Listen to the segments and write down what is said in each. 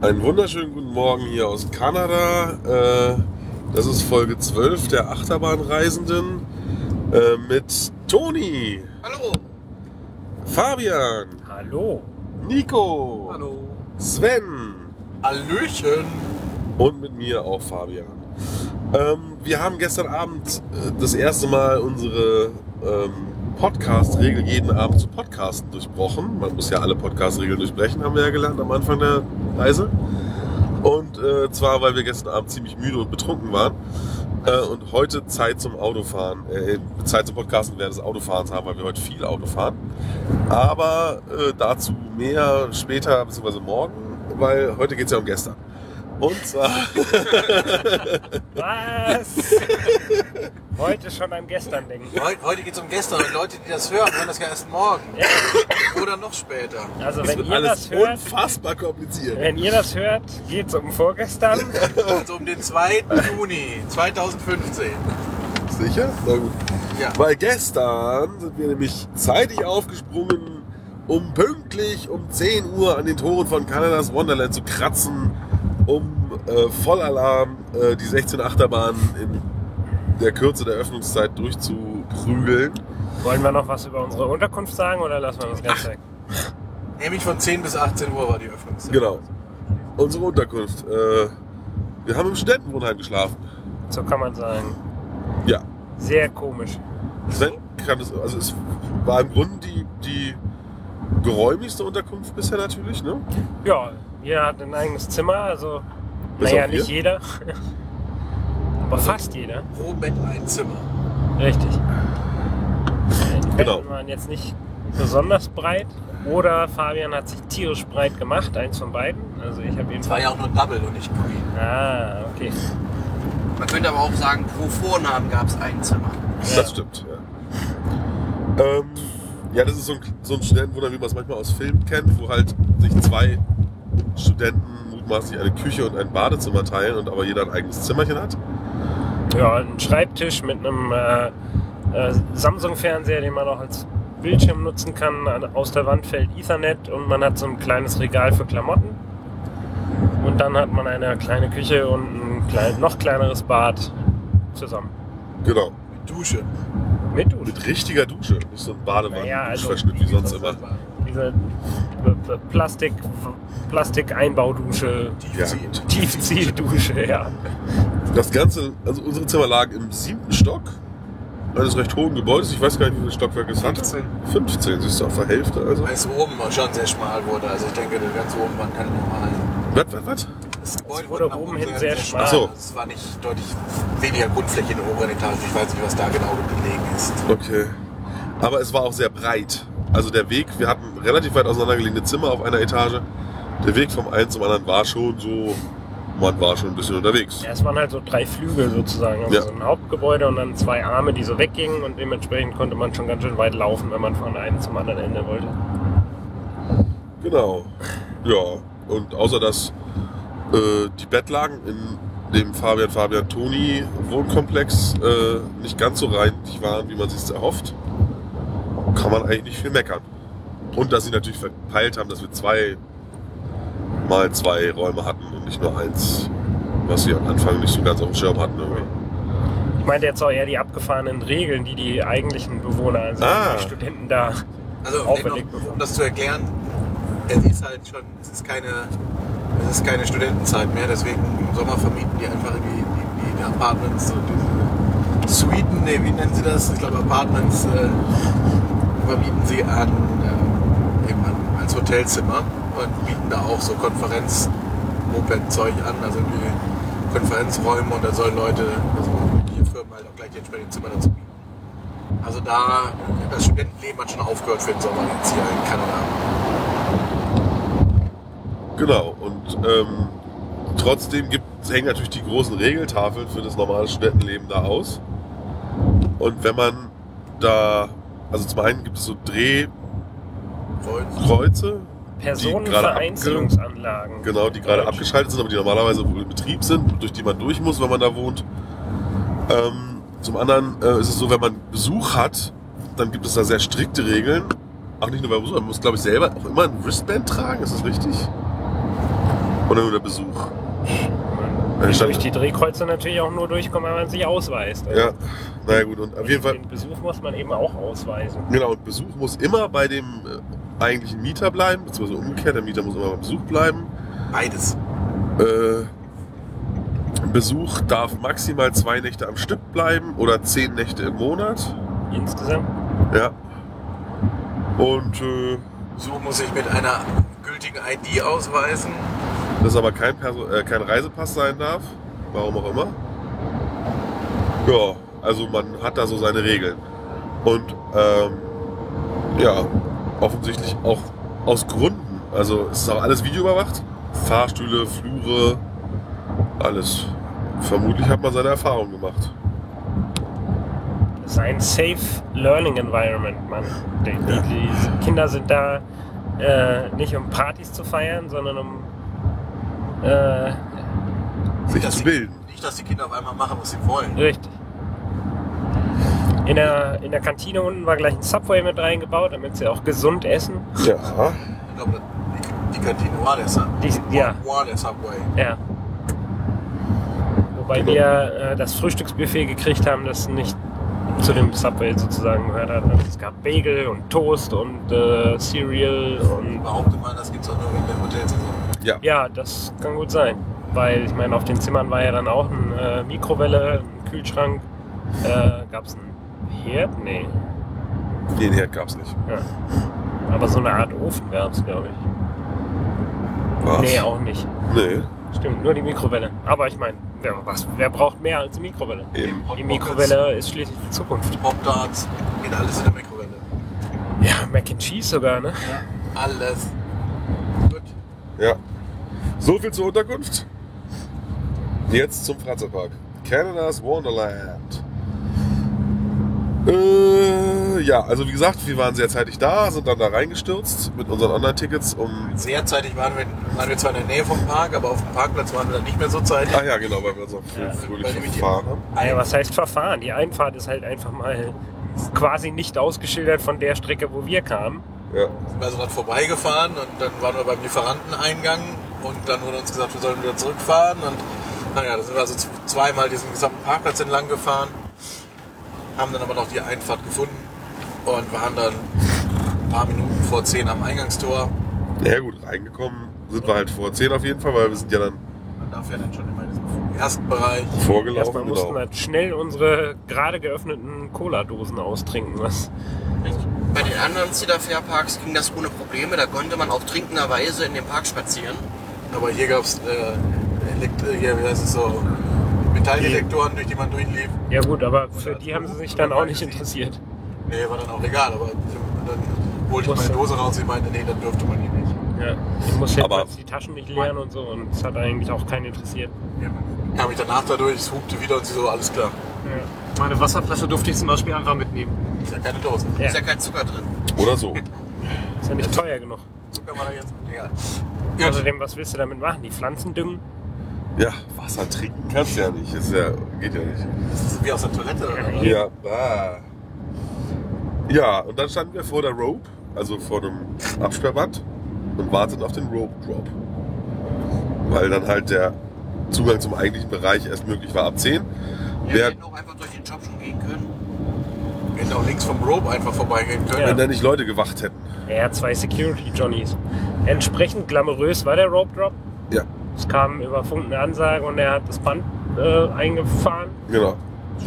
Einen wunderschönen guten Morgen hier aus Kanada. Äh, Das ist Folge 12 der Achterbahnreisenden äh, mit Toni, Hallo. Fabian, Hallo. Nico, Hallo. Sven Hallöchen. und mit mir auch Fabian. Ähm, wir haben gestern Abend äh, das erste Mal unsere ähm, Podcast-Regel, jeden Abend zu podcasten, durchbrochen. Man muss ja alle Podcast-Regeln durchbrechen, haben wir ja gelernt am Anfang der Reise. Und äh, zwar, weil wir gestern Abend ziemlich müde und betrunken waren. Äh, und heute Zeit zum Autofahren. Äh, Zeit zum Podcasten während des Autofahrens haben, weil wir heute viel Auto fahren. Aber äh, dazu mehr später bzw. morgen, weil heute geht es ja um gestern. Und zwar Was? Heute schon am Gestern denken. Heu heute geht's um gestern und Leute, die das hören, hören das ja erst morgen Ja, oder noch später. Also es wenn wird ihr alles das hört, unfassbar kompliziert. wenn ihr das hört, geht's um vorgestern. Also um den 2. Juni 2015. Sicher? Na gut. Ja. Weil gestern sind wir nämlich zeitig aufgesprungen, um pünktlich um 10 Uhr an den Toren von Kanadas Wonderland zu kratzen, um äh, Vollalarm äh, die 16 Achterbahnen in der Kürze der Öffnungszeit durchzuprügeln. Wollen wir noch was über unsere Unterkunft sagen oder lassen wir das ganz weg? Nämlich von 10 bis 18 Uhr war die Öffnungszeit. Genau. Unsere Unterkunft. Äh, wir haben im Studentenwohnheim geschlafen. So kann man sagen. Ja. Sehr komisch. Sven kann es, also es war im Grunde die, die geräumigste Unterkunft bisher natürlich, ne? Ja, jeder hat ein eigenes Zimmer, also Bis naja, auf wir? Also- nicht jeder. Aber fast jeder. Pro Bett ein Zimmer. Richtig. Die Genau. Betten waren jetzt nicht besonders breit. Oder Fabian hat sich tierisch breit gemacht, eins von beiden. Also ich habe ihn Es war ja auch nur Double und nicht Queen. Ah, okay. Man könnte aber auch sagen, pro Vornamen gab es ein Zimmer. Das stimmt, ja. Ähm, ja, das ist so ein, so ein Studentenwohnheim, wie man es manchmal aus Filmen kennt, wo halt sich zwei Studenten mutmaßlich eine Küche und ein Badezimmer teilen und aber jeder ein eigenes Zimmerchen hat. Ja, ein Schreibtisch mit einem äh, äh, Samsung-Fernseher, den man auch als Bildschirm nutzen kann. An- Aus der Wand fällt Ethernet und man hat so ein kleines Regal für Klamotten. Und dann hat man eine kleine Küche und ein klein, noch kleineres Bad zusammen. Genau. Mit Dusche. Mit Dusche. Mit richtiger Dusche, nicht so ein Badewanne, Naja, also- Duschverschnitt wie sonst immer. Diese P- P- Plastik, Plastikeinbaudusche, Ja, Tiefziehen. gut. Tiefziehdusche, ja. Das Ganze, also unsere Zimmer lagen im siebten Stock eines recht hohen Gebäudes. Ich weiß gar nicht, wie viele Stockwerke es hat. 15. 15, siehst du, auf der Hälfte also. Weil es oben schon sehr schmal wurde. Also ich denke, ganz oben waren keine normalen. Was, was, was? Das Gebäude wurde nach oben unten hin sehr schmal. Ach so. Also es war nicht deutlich weniger Grundfläche in der oberen Etage. Ich weiß nicht, was da genau gelegen ist. Okay. Aber es war auch sehr breit. Also der Weg, wir hatten relativ weit auseinandergelegene Zimmer auf einer Etage. Der Weg vom einen zum anderen war schon so, man war schon ein bisschen unterwegs. Ja, es waren halt so drei Flügel sozusagen. Also Ja. so ein Hauptgebäude und dann zwei Arme, die so weggingen und dementsprechend konnte man schon ganz schön weit laufen, wenn man von einem zum anderen Ende wollte. Genau. Ja. Und außer dass äh, die Bettlagen in dem Fabian Fabian Toni Wohnkomplex äh, nicht ganz so reinlich waren, wie man sich erhofft, kann man eigentlich nicht viel meckern. Und dass sie natürlich verpeilt haben, dass wir zwei mal zwei Räume hatten und nicht nur eins, was sie am Anfang nicht so ganz auf dem Schirm hatten. ne? Irgendwie. Ich meinte jetzt auch eher die abgefahrenen Regeln, die die eigentlichen Bewohner, also Ah. die Studenten da. Also Auferlegt dennoch, bekommen. um das zu erklären, es ist halt schon, es ist keine, es ist keine Studentenzeit mehr, deswegen im Sommer vermieten die einfach die, die, die Apartments und diese Suiten, nee, wie nennen sie das? Ich glaube Apartments äh, vermieten sie an, äh, eben an als Hotelzimmer und bieten da auch so Konferenz Zeug an, also die Konferenzräume und da sollen Leute, also die Firmen halt auch gleich die entsprechenden Zimmer dazu bieten. Also da, das Studentenleben hat schon aufgehört für den Sommer jetzt hier in Kanada. Genau, und ähm, trotzdem gibt, hängen natürlich die großen Regeltafeln für das normale Studentenleben da aus. Und wenn man da, also zum einen gibt es so Wollen- Drehkreuze, Personenvereinzelungsanlagen. genau, die gerade abgeschaltet sind, aber die normalerweise wohl in Betrieb sind, durch die man durch muss, wenn man da wohnt. Ähm, zum anderen äh, ist es so, wenn man Besuch hat, dann gibt es da sehr strikte Regeln. Auch nicht nur bei Besuch, man muss, glaube ich, selber auch immer ein Wristband tragen, ist das richtig? Und dann nur der Besuch. Man kann stand- durch die Drehkreuze natürlich auch nur durchkommen, wenn man sich ausweist. Also Ja, naja gut, und auf jeden Fall, Den Besuch muss man eben auch ausweisen. genau, und Besuch muss immer bei dem äh, eigentlichen Mieter bleiben, beziehungsweise umgekehrt, der Mieter muss immer beim Besuch bleiben. Beides. Äh, Besuch darf maximal zwei Nächte am Stück bleiben oder zehn Nächte im Monat. Insgesamt. Ja. Und äh, So muss ich mit einer gültigen ID ausweisen. das aber kein, Perso äh, kein Reisepass sein darf, warum auch immer. Ja, also man hat da so seine Regeln. Und ähm, ja, offensichtlich auch aus Gründen. Also es ist auch alles videoüberwacht. Fahrstühle, Flure, alles. Vermutlich hat man seine Erfahrung gemacht. Das ist ein Safe Learning Environment, Mann. Die, die, die Kinder sind da äh, nicht um Partys zu feiern, sondern um äh, Sich dass zu die- bilden. Nicht, dass die Kinder auf einmal machen, was sie wollen. Richtig. In der, in der Kantine unten war gleich ein Subway mit reingebaut, damit sie auch gesund essen. Ja. Ich glaube, die, die Kantine war der Subway. Die, ja, War der Subway. ja. Wobei wir äh, das Frühstücksbuffet gekriegt haben, das nicht zu dem Subway sozusagen gehört hat. Also es gab Bagel und Toast und äh, Cereal und. Behaupte mal, das gibt es auch nur in den Hotels. und so. Ja. Ja, das kann gut sein. Weil ich meine, auf den Zimmern war ja dann auch eine äh, Mikrowelle, ein Kühlschrank. Äh, gab es einen Herd? Nee. Den Herd gab es nicht. Ja. Aber so eine Art Ofen gab es, glaube ich. Was? Nee, auch nicht. Nee. Stimmt, nur die Mikrowelle. Aber ich meine, wer, was- wer braucht mehr als die Mikrowelle? Eben. Oh, Die Mikrowelle ist schließlich die Zukunft. Pop-Darts, geht alles in der Mikrowelle. Ja, Mac and Cheese sogar, ne? Ja, alles. Gut. Ja. So viel zur Unterkunft. Jetzt zum Freizeitpark. Canada's Wonderland. Äh, ja, also wie gesagt, wir waren sehr zeitig da, sind dann da reingestürzt mit unseren Online-Tickets um. Sehr zeitig waren wir, waren wir zwar in der Nähe vom Park, aber auf dem Parkplatz waren wir dann nicht mehr so zeitig. Ach ja, genau, weil wir uns auch früh, Ja, fröhlich weil nämlich die- verfahren haben. Ja, was heißt Verfahren? Die Einfahrt ist halt einfach mal quasi nicht ausgeschildert von der Strecke, wo wir kamen. Ja. Sind wir also dran vorbeigefahren und dann waren wir beim Lieferanteneingang und dann wurde uns gesagt, wir sollen wieder zurückfahren und naja, da sind wir also z- zweimal diesen gesamten Parkplatz entlang gefahren, haben dann aber noch die Einfahrt gefunden und waren dann ein paar Minuten vor 10 am Eingangstor. Na ja, gut, reingekommen sind wir halt vor 10 auf jeden Fall, weil wir sind ja dann Man darf ja dann schon immer in diesem ersten Bereich. vorgelaufen. genau. Erstmal mussten wir schnell unsere gerade geöffneten Cola-Dosen austrinken. Was? Bei den anderen Cedar Fair Parks ging das ohne Probleme. Da konnte man auch trinkenderweise in den Park spazieren. Aber hier gab es äh, Elekt- äh, hier, wie heißt es so, Metalldetektoren, durch die man durchlief. Ja gut, aber für die haben sie sich dann auch nicht interessiert. Nee, war dann auch egal, aber dann holte ich meine Musste. Dose raus und sie meinte, nee, dann dürfte man hier nicht. Ja, ich muss Aber- jedenfalls die Taschen nicht leeren und so und es hat eigentlich auch keinen interessiert. Kam ich danach dadurch, es hupte wieder und sie so, alles klar. Meine Wasserflasche durfte ich zum Beispiel einfach mitnehmen. Ist ja keine Dose. Ja. Ist ja kein Zucker drin. Oder so. Ist ja nicht teuer genug. Zucker war da jetzt. Egal. Gut, Außerdem, was willst du damit machen? Die Pflanzen düngen? Ja, Wasser trinken kannst du ja nicht. Ist ja, geht ja nicht. das ist wie aus der Toilette. Oder? was? Ja, bah. Ja, und dann standen wir vor der Rope, also vor einem Absperrband und warteten auf den Rope Drop. Weil dann halt der Zugang zum eigentlichen Bereich erst möglich war ab 10. Wir Wer- hätten auch einfach durch den Job schon gehen können. Wir hätten auch links vom Rope einfach vorbeigehen können. Wenn da nicht Leute gewacht hätten. Ja, zwei Security-Johnnies. Entsprechend glamourös war der Rope Drop. Ja, Es kam über Funk eine Ansage und er hat das Band äh, eingefahren. genau.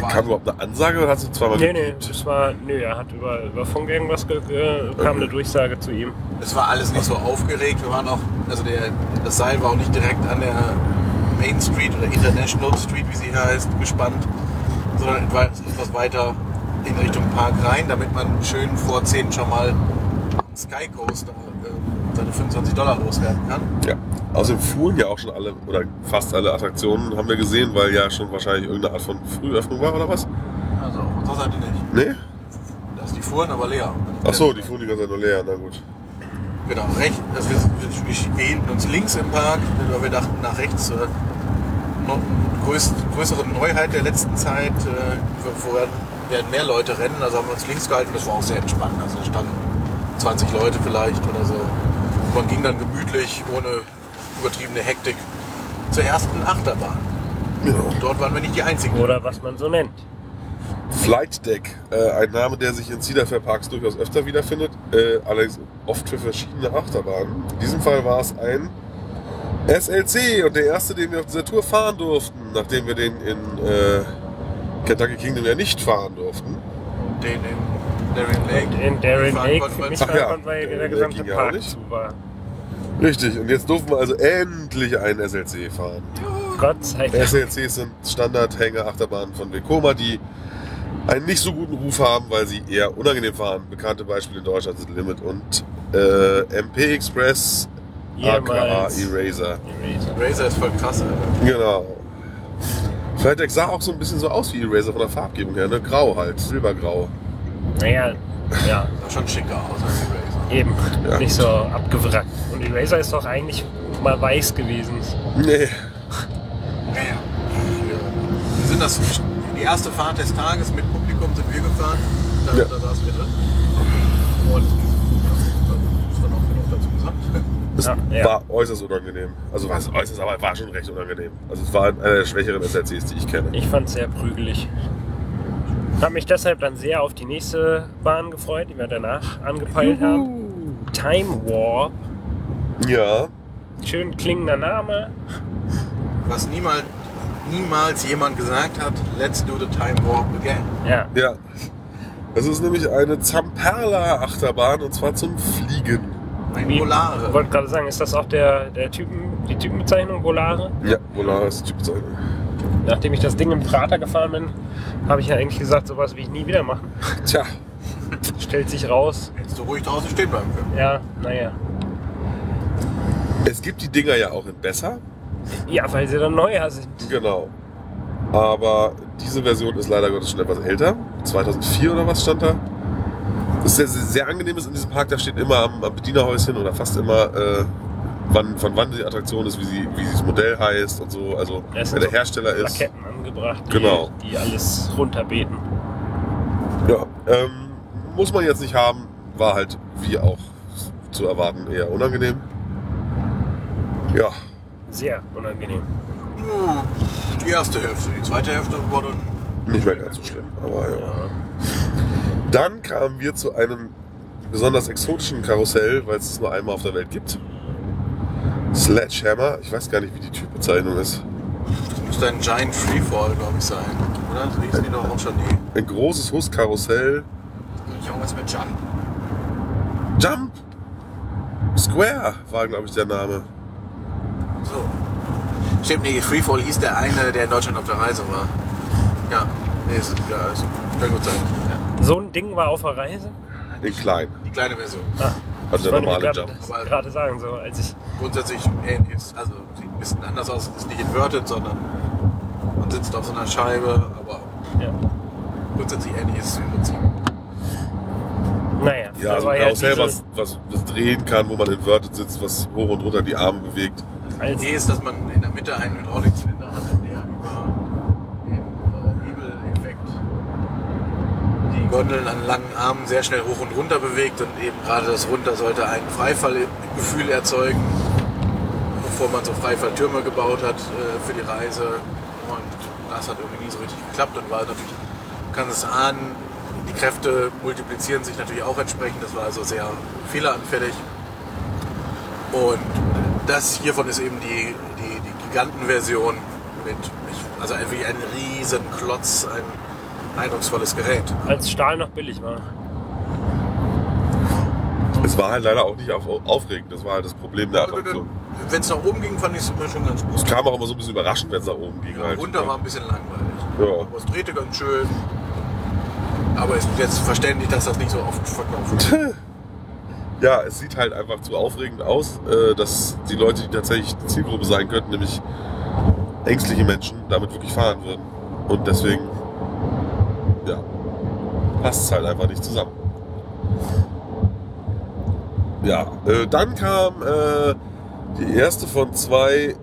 Kam überhaupt eine Ansage oder hast du zweimal Nee, nee, gepiept? das war, nö, er hat über, über Funk irgendwas, ge ge kam eine Durchsage zu ihm. Es war alles nicht so aufgeregt. Wir waren auch, also der, das Seil war auch nicht direkt an der Main Street oder International Street, wie sie hier heißt, gespannt, sondern etwas, etwas weiter in Richtung Park rein, damit man schön vor 10 schon mal am Sky Coast äh, seine 25 Dollar loswerden kann. Ja. Außerdem fuhren ja auch schon alle oder fast alle Attraktionen, haben wir gesehen, weil ja schon wahrscheinlich irgendeine Art von Frühöffnung war oder was? Also auf unserer Seite nicht. Nee? Da ist die Fuhren aber leer. Ach so, die fuhren die ganze Zeit nur leer, na gut. Genau, rechts. Also wir, wir, wir hielten uns links im Park, weil wir dachten, nach rechts zur noch größ, größeren Neuheit der letzten Zeit, äh, vorher werden mehr Leute rennen. Also haben wir uns links gehalten, das war auch sehr entspannt. Also standen 20 Leute vielleicht oder so. Man ging dann gemütlich, ohne übertriebene Hektik zur ersten Achterbahn. Genau. Dort waren wir nicht die einzigen. Oder was man so nennt. Flight Deck, äh, ein Name, der sich in Cedar Fair Parks durchaus öfter wiederfindet, äh, allerdings oft für verschiedene Achterbahnen. In diesem Fall war es ein SLC und der erste, den wir auf dieser Tour fahren durften, nachdem wir den in äh, Kentucky Kingdom ja nicht fahren durften. Den in Darien Lake. In Darren Fahren Lake konnten wir- Ach ja, mitfahren konnten, weil Darien der Lake gesamte ging ja auch Park nicht. zu war. Richtig, und jetzt durften wir also endlich einen SLC fahren. Gott sei Dank. SLCs sind Standard-Hänger-Achterbahnen von Vekoma, die einen nicht so guten Ruf haben, weil sie eher unangenehm fahren. Bekannte Beispiele in Deutschland sind Limit und äh, MP Express, aka Ehemals. Eraser. Razer ist voll krass, Alter. Genau. Flytech sah auch so ein bisschen so aus wie Eraser von der Farbgebung her, ne? Grau halt, silbergrau. Naja, ja, Sah schon schicker aus als die Razer. eben. Ja. Nicht so abgewrackt. Und Eraser ist doch eigentlich mal weiß gewesen. Nee. Naja. Wir sind das, die erste Fahrt des Tages mit Publikum sind wir gefahren. Da, Ja. da saßen wir drin. Und ja, ist dann auch genug dazu gesagt. Es Ja, ja. war äußerst unangenehm. Also was äußerst, aber war schon recht unangenehm. Also es war einer der schwächeren SLCs, die ich kenne. Ich fand es sehr prügelig. Habe mich deshalb dann sehr auf die nächste Bahn gefreut, die wir danach angepeilt haben. Time Warp. Ja. Schön klingender Name. Was niemals, niemals jemand gesagt hat, let's do the time warp again. Ja, Ja. Es ist nämlich eine Zamperla-Achterbahn und zwar zum Fliegen. Ein Wie- Polare. ich wollte gerade sagen, ist das auch der, der Typen, die Typenbezeichnung Volare? Ja, Polaris Typzeichnung. Nachdem ich das Ding im Prater gefahren bin, habe ich ja eigentlich gesagt, sowas will ich nie wieder machen. Tja, Stellt sich raus. Hättest du ruhig draußen stehen bleiben können. Ja, naja. es gibt die Dinger ja auch in besser. Ja, weil sie dann neuer sind. Genau. Aber diese Version ist leider Gottes schon etwas älter. 2004 oder was stand da. Das ist sehr, sehr angenehm ist in diesem Park, da steht immer am, am Bedienerhäuschen oder fast immer, äh, wann, von wann die Attraktion ist, wie, sie, wie sie das Modell heißt und so. Also Ja, es wer sind der so Hersteller ist. Plaketten angebracht, die, Genau. die alles runterbeten. Ja, ähm, muss man jetzt nicht haben. War halt, wie auch zu erwarten, eher unangenehm. Ja, Sehr unangenehm. Hm, Die erste Hälfte, die zweite Hälfte wurde nicht mehr ganz so schlimm. Aber ja. Ja. Dann kamen wir zu einem besonders exotischen Karussell, weil es es nur einmal auf der Welt gibt. Sledgehammer, ich weiß gar nicht, wie die Typbezeichnung ist. das müsste ein Giant Freefall, glaube ich, sein. Oder? So hießen die doch auch schon die. Ein großes Hustkarussell. Nicht irgendwas mit Jump. Jump! Square war, glaube ich, der Name. So. Stimmt, nee, Freefall hieß der eine, der in Deutschland auf der Reise war. Ja. Nee, ist, ja, ist, kann gut sein. Ja. So ein Ding war auf der Reise. In klein. Die kleine Version. Ah, Also der wollte normale ich Jump. gerade- gerade sagen, so als ich. Grundsätzlich ähnlich. ist. Also sieht ein bisschen anders aus, ist nicht inverted, sondern man sitzt auf so einer Scheibe, aber Ja. grundsätzlich ähnlich ist es im Prinzip. Naja, Ja, also war ein Karussell, diese- was, was, was drehen kann, wo man inverted sitzt, was hoch und runter die Arme bewegt. als, Idee ist, dass man in der Mitte einen Hydraulikzylinder hat, der über den äh, Hebeleffekt die Gondeln an langen Armen sehr schnell hoch und runter bewegt und eben gerade das runter sollte ein Freifallgefühl erzeugen, bevor man so Freifalltürme gebaut hat äh, für die Reise. Und das hat irgendwie nie so richtig geklappt und war natürlich, du kannst es ahnen, die Kräfte multiplizieren sich natürlich auch entsprechend. Das war also sehr fehleranfällig. Und das hiervon ist eben die, die, die Gigantenversion mit, ich- also ein- wie ein riesen Klotz, ein eindrucksvolles Gerät. als Stahl noch billig war. Es war halt leider auch nicht auf, aufregend, das war halt das Problem der Attraktion. Wenn es Also nach oben ging, fand ich es immer schon ganz Es gut. kam auch immer so ein bisschen überraschend, wenn es nach oben ging. Ja, halt. runter war ein bisschen langweilig. Ja. Aber es drehte ganz schön. Aber es ist jetzt verständlich, dass das nicht so oft verkauft wird. Ja, es sieht halt einfach zu aufregend aus, äh, dass die Leute, die tatsächlich die Zielgruppe sein könnten, nämlich ängstliche Menschen, damit wirklich fahren würden. Und deswegen, ja, passt es halt einfach nicht zusammen. Ja, äh, dann kam äh, die erste von zwei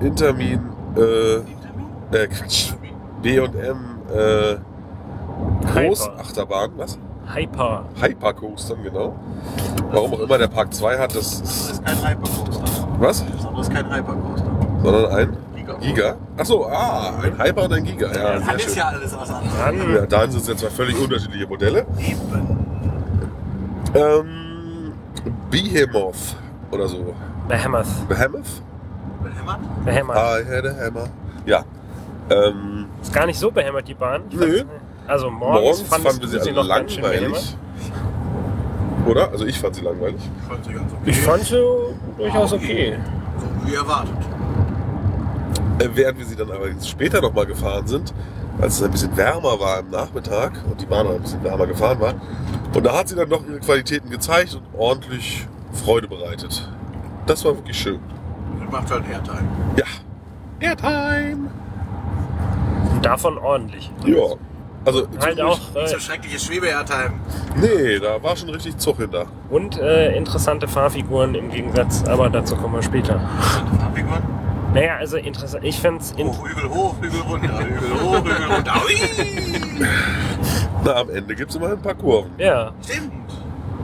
Intermin, äh, äh Quatsch, B&M äh, Großachterbahn, was? Hyper. Hypercoastern, genau. Warum auch immer der Park 2 hat, das ist ist kein Hypercoaster. Was? Das andere ist kein Hypercoaster. Sondern ein Giga. Giga? Achso, ah, ein Hyper und ein Giga. Ja, Dann sehr ist schön. ja alles was anderes. Dann Ja, da sind es ja zwei völlig unterschiedliche Modelle. Eben. Ähm, Behemoth oder so. Behemoth. Behemoth? Hämmert? Behemoth. I had a hammer. Ja. Ähm, Ist gar nicht so behämmert, die Bahn. Ich Nö. fand's- Also morgens, morgens fandest fanden wir du sie alle noch ganz schön langweilig. behämmert. Oder? Also ich fand sie langweilig. Fand sie ganz okay. Ich fand sie durchaus okay. So wie erwartet. Äh, Während wir sie dann aber später nochmal gefahren sind, als es ein bisschen wärmer war am Nachmittag und die Bahn auch ein bisschen wärmer gefahren war. Und da hat sie dann doch ihre Qualitäten gezeigt und ordentlich Freude bereitet. Das war wirklich schön. Das macht halt Airtime. Ja. Airtime! Und davon ordentlich. Ja. Also Halt zwischendurch- auch Nicht äh, so schreckliches Schwebe-Airtime. Nee, da war schon richtig Zug hinter. und äh, interessante Fahrfiguren im Gegensatz, aber dazu kommen wir später. Farbfiguren. Naja, also interessant. Ich fand's in Oh, Hügel hoch, Hügel runter, Hügel hoch, Hügel runter. Ui! Na, am Ende gibt es immer ein paar Kurven. ja Stimmt.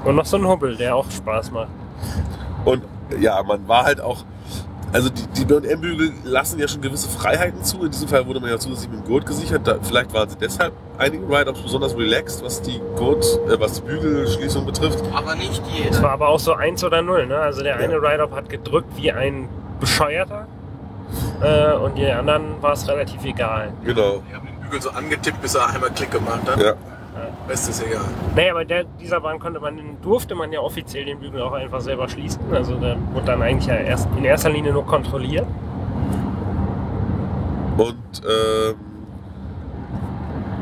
und noch so ein Hubbel, der auch Spaß macht. Und ja, man war halt auch. Also die, die BM-Bügel lassen ja schon gewisse Freiheiten zu. In diesem Fall wurde man ja zusätzlich mit dem Gurt gesichert. Da, vielleicht waren sie deshalb einigen Ride-Ups besonders relaxed, was die Gurt, äh, was die Bügelschließung betrifft. Aber nicht Es jeder. war aber auch so eins oder null, ne? Also der Ja. eine Ride-Up hat gedrückt wie ein Bescheuerter äh, und die anderen war es relativ egal. Genau. Ich habe den Bügel so angetippt, bis er einmal Klick gemacht hat. Ja. Rest ist egal. Naja, bei der, dieser Bahn konnte man, durfte man ja offiziell den Bügel auch einfach selber schließen. Also der wurde dann eigentlich ja erst, in erster Linie nur kontrolliert. Und ähm,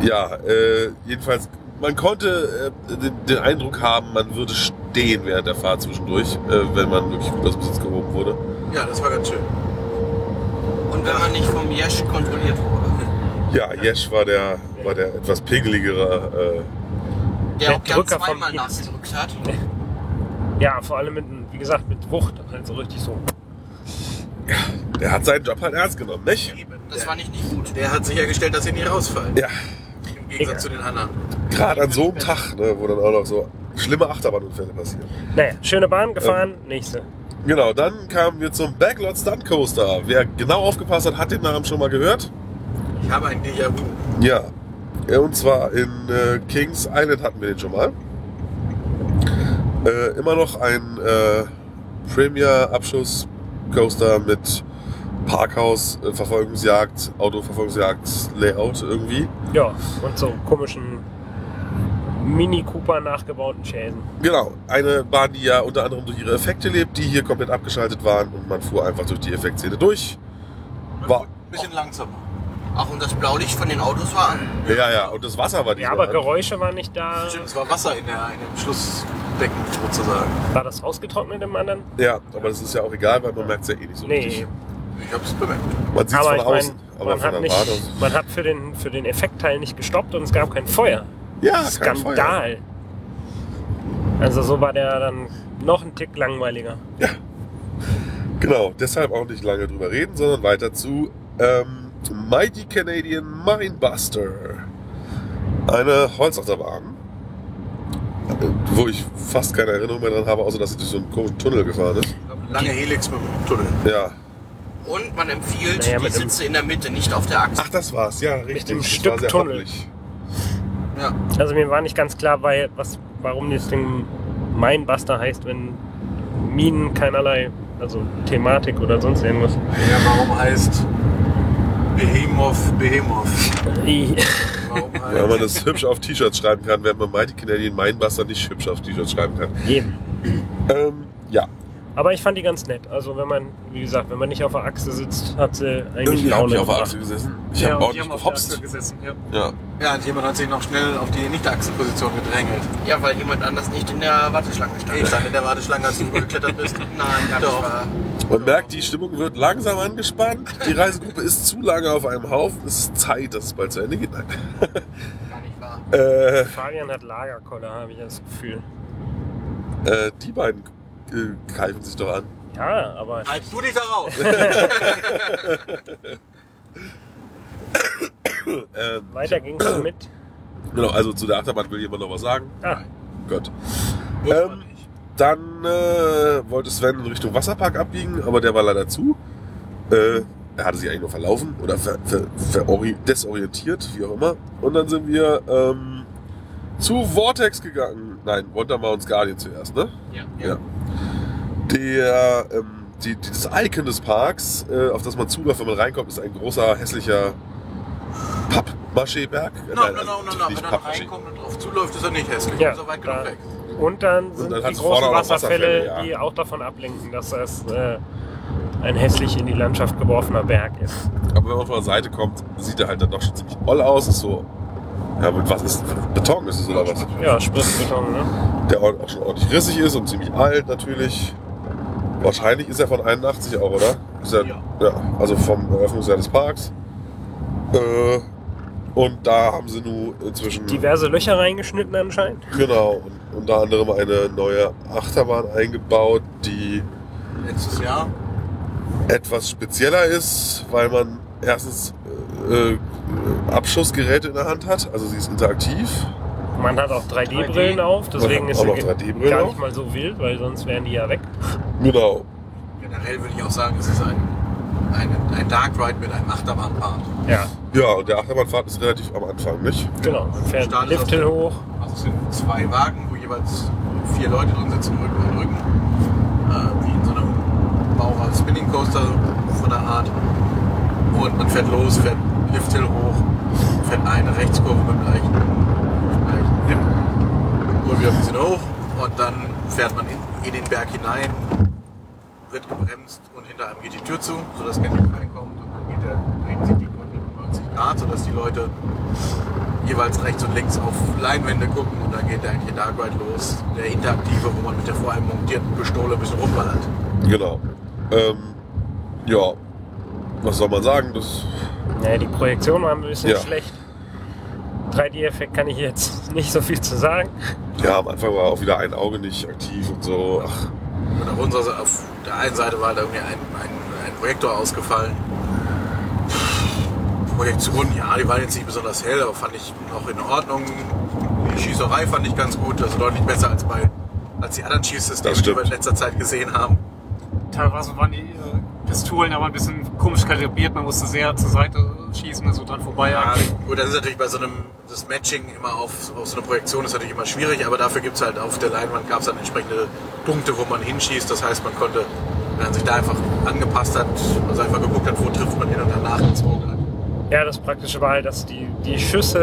ja, äh, jedenfalls, man konnte äh, den, den Eindruck haben, man würde stehen während der Fahrt zwischendurch, äh, wenn man wirklich gut aus dem Sitz gehoben wurde. Ja, das war ganz schön. Und wenn man nicht vom Jesch kontrolliert wurde. Ja, Jesch war der, war der etwas pingeligere. Äh, Der Der auch gern Drücker vom zweimal Jesch. nachgedrückt hat. Ja, vor allem mit, wie gesagt, mit Wucht. Also richtig so. der hat seinen Job halt ernst genommen, nicht? Das war nicht, nicht gut. Der hat sichergestellt, dass sie nicht rausfallen. Ja, Im Gegensatz zu den anderen. gerade an so einem Tag, ne, wo dann auch noch so schlimme Achterbahnunfälle passieren. Naja, schöne Bahn, gefahren, nächste. Genau, dann kamen wir zum Backlot Stunt Coaster. Wer genau aufgepasst hat, hat den Namen schon mal gehört. Ich habe ein Déjà-vu. Ja, und zwar in äh, Kings Island hatten wir den schon mal. Äh, immer noch ein äh, Premier-Abschuss-Coaster mit Parkhaus, äh, Verfolgungsjagd, Autoverfolgungsjagd, Layout irgendwie. Ja, und so komischen Mini Cooper nachgebauten Schäden. Genau, eine Bahn, die ja unter anderem durch ihre Effekte lebt, die hier komplett abgeschaltet waren und man fuhr einfach durch die Effektszene durch. War, Bisschen langsamer. Auch und das Blaulicht von den Autos war an. ja, ja, und das Wasser war die. Ja, aber Geräusche waren nicht da. Stimmt, es war Wasser in, der, in dem Schlussbecken sozusagen. War das ausgetrocknet im anderen? Ja, aber das ist ja auch egal, weil man merkt es ja eh nicht so Nee. richtig. Ich habe es bemerkt. Man sieht es Aber von ich meine, außen, aber man, von hat der nicht, Warte. man hat für den, für den Effektteil nicht gestoppt und es gab kein Feuer. Ja, Ah, kein Feuer. Skandal. Also so war der dann noch ein Tick langweiliger. Genau, deshalb auch nicht lange drüber reden, sondern weiter zu ähm, Mighty Canadian Minebuster. Eine Holzachterbahn, äh, wo ich fast keine Erinnerung mehr dran habe, außer dass sie durch so einen komischen Tunnel gefahren ist. Lange Helix mit dem Tunnel. Ja. Und man empfiehlt Naja, die mit dem- Sitze in der Mitte, nicht auf der Achse. Ach, das war's, ja, richtig. dem Das Stück war sehr Tunnel. hoppelig. Ja. Also mir war nicht ganz klar, weil, was, warum das Ding Minebuster heißt, wenn Minen keinerlei, also Thematik oder sonst irgendwas. Ja, warum heißt Behemoth Behemoth? I- Warum Weil heißt man das hübsch auf T-Shirts schreiben kann, während man Mighty Canadian Minebuster nicht hübsch auf T-Shirts schreiben kann. Eben. Ähm, ja, Aber ich fand die ganz nett. Also wenn man, wie gesagt, wenn man nicht auf der Achse sitzt, hat sie eigentlich irgendwie habe Laune ich auf der gemacht. Achse gesessen. Ich Ja, habe und die ordentlich haben auf der Achse gehopst. gesessen. Ja. Ja. Ja, und jemand hat sich noch schnell auf die Nicht-Achsenposition gedrängelt. Ja, weil jemand anders nicht in der Warteschlange Ich stand. stand in der Warteschlange, als du rübergeklettert bist. Nein, gar Doch. nicht wahr. Man merkt, die Stimmung wird langsam angespannt. Die Reisegruppe ist zu lange auf einem Haufen. Es ist Zeit, dass es bald zu Ende geht. Nein. Gar nicht wahr. Äh, Fabian hat Lagerkoller, habe ich das Gefühl. äh, die beiden äh, greifen sich doch an. Ja, aber Halt du dich da raus! Ähm, weiter ging es mit. genau, also zu der Achterbahn will jemand noch was sagen. Ah, Gott. Muss man Ähm. nicht. Dann äh, wollte Sven in Richtung Wasserpark abbiegen, aber der war leider zu. Äh, er hatte sich eigentlich nur verlaufen oder ver, ver, verori- desorientiert, wie auch immer. Und dann sind wir ähm, zu Vortex gegangen. Nein, Wonder Mountains Guardian zuerst, ne? Ja. ja. Der, ähm, die, dieses Icon des Parks, äh, auf das man zuläuft, wenn man reinkommt, ist ein großer, hässlicher Pappmaché-Berg. No, Nein, no, no, no, also no. nicht Wenn er Pappmaché. reinkommt und drauf zuläuft, ist er nicht hässlich. Ja. Ist er weit genug Ja. weg. Und dann sind dann die hat's großen vorne auch noch Wasserfälle, Wasserfälle, ja. die auch davon ablenken, dass das äh, ein hässlich in die Landschaft geworfener Berg ist. Aber wenn man von der Seite kommt, sieht er halt dann doch schon ziemlich voll aus. Ist so, ja, mit was ist Beton ist es oder was? Ja, Spritzbeton, ne? Der auch auch schon ordentlich rissig ist und ziemlich alt natürlich. Wahrscheinlich ist er von 81 auch, oder? Ist er, Ja. ja. Also vom Eröffnungsjahr des Parks. Äh, und da haben sie nun inzwischen. Diverse Löcher reingeschnitten anscheinend. Genau, und unter anderem eine neue Achterbahn eingebaut, die Letztes Jahr. etwas spezieller ist, weil man erstens äh, äh, Abschussgeräte in der Hand hat, also sie ist interaktiv. Man hat auch 3D-Brillen auf, deswegen Man ist hat auch sie noch 3D-Brillen gar auf. nicht mal so wild, weil sonst wären die ja weg. Genau. Generell würde ich auch sagen, es ist ein, ein, ein Dark Ride mit einem Achterbahnpart. Ja, Ja, und der Achterbahnfahrt ist relativ am Anfang, nicht? genau. Man fährt Start ist auf Liftel der- hoch. Also es sind zwei Wagen, wo jeweils vier Leute drin sitzen, Rücken an Rücken. Äh, wie in so einem Bauer Spinning Coaster von der Art. Und man fährt los, fährt Lift Hill hoch, fährt eine Rechtskurve mit dem leichten, leichten Dip. Holt wieder ein bisschen hoch und dann fährt man in, in den Berg hinein, wird gebremst und hinter einem geht die Tür zu, sodass kein Licht reinkommt. Und dann geht der, dreht sich die Kurve um 90 Grad, sodass die Leute jeweils rechts und links auf Leinwände gucken und dann geht der eigentliche Dark Ride los. Der interaktive, wo man mit der vorher montierten Pistole ein bisschen rumballert. Genau. Ähm, ja, was soll man sagen? Das, Naja, die Projektion war ein bisschen Ja. schlecht. 3D-Effekt kann ich jetzt nicht so viel zu sagen. ja, am Anfang war auch wieder ein Auge nicht aktiv und so. Ach, Und auf, unserer, Se- auf der einen Seite war da irgendwie ein, ein, ein Projektor ausgefallen. Projektion, ja, die waren jetzt nicht besonders hell, aber fand ich noch in Ordnung. Die Schießerei fand ich ganz gut, also deutlich besser als bei als die anderen Schießsysteme, Das die stimmt. wir in letzter Zeit gesehen haben. Teilweise waren die äh, Pistolen aber ein bisschen komisch kalibriert. Man musste sehr zur Seite schießen, also dran vorbei. Ja, gut, das ist natürlich bei so einem, das Matching immer auf, auf so eine Projektion ist natürlich immer schwierig, aber dafür gibt es halt auf der Leinwand gab es dann entsprechende Punkte, wo man hinschießt. Das heißt, man konnte, wenn man sich da einfach angepasst hat, also einfach geguckt hat, wo trifft man hin und danach halt. gezogen hat. Ja, das Praktische war halt, dass die, die Schüsse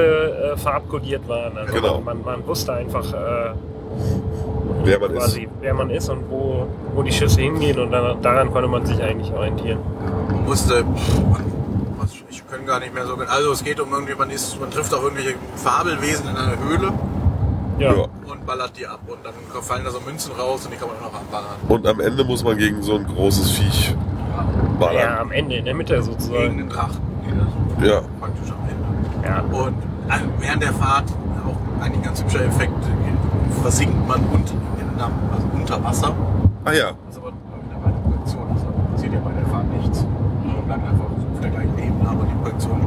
äh, farbkodiert waren. Also Genau. man, man wusste einfach äh, wer man ist. quasi, wer man ist und wo, wo die Schüsse hingehen und dann, daran konnte man sich eigentlich orientieren. Man wusste, pff, man- was, ich kann gar nicht mehr so. Also es geht um irgendwie, man ist, man trifft auf irgendwelche Fabelwesen in einer Höhle Ja. Ja. und ballert die ab und dann fallen da so Münzen raus und die kann man auch noch abballern. Und am Ende muss man gegen so ein großes Viech ja, ballern. am Ende, in der Mitte Gegen sozusagen. den Drachen, die da so Ja. praktisch am Ende. Ja. Und äh, während der Fahrt, auch eigentlich ein ganz hübscher Effekt, äh, versinkt man unter, in, also unter Wasser. Ah ja, Das ist aber eine weitere Projektion, also passiert ja bei der Fahrt nichts. Man bleibt einfach auf der gleichen Ebene, aber die Projektion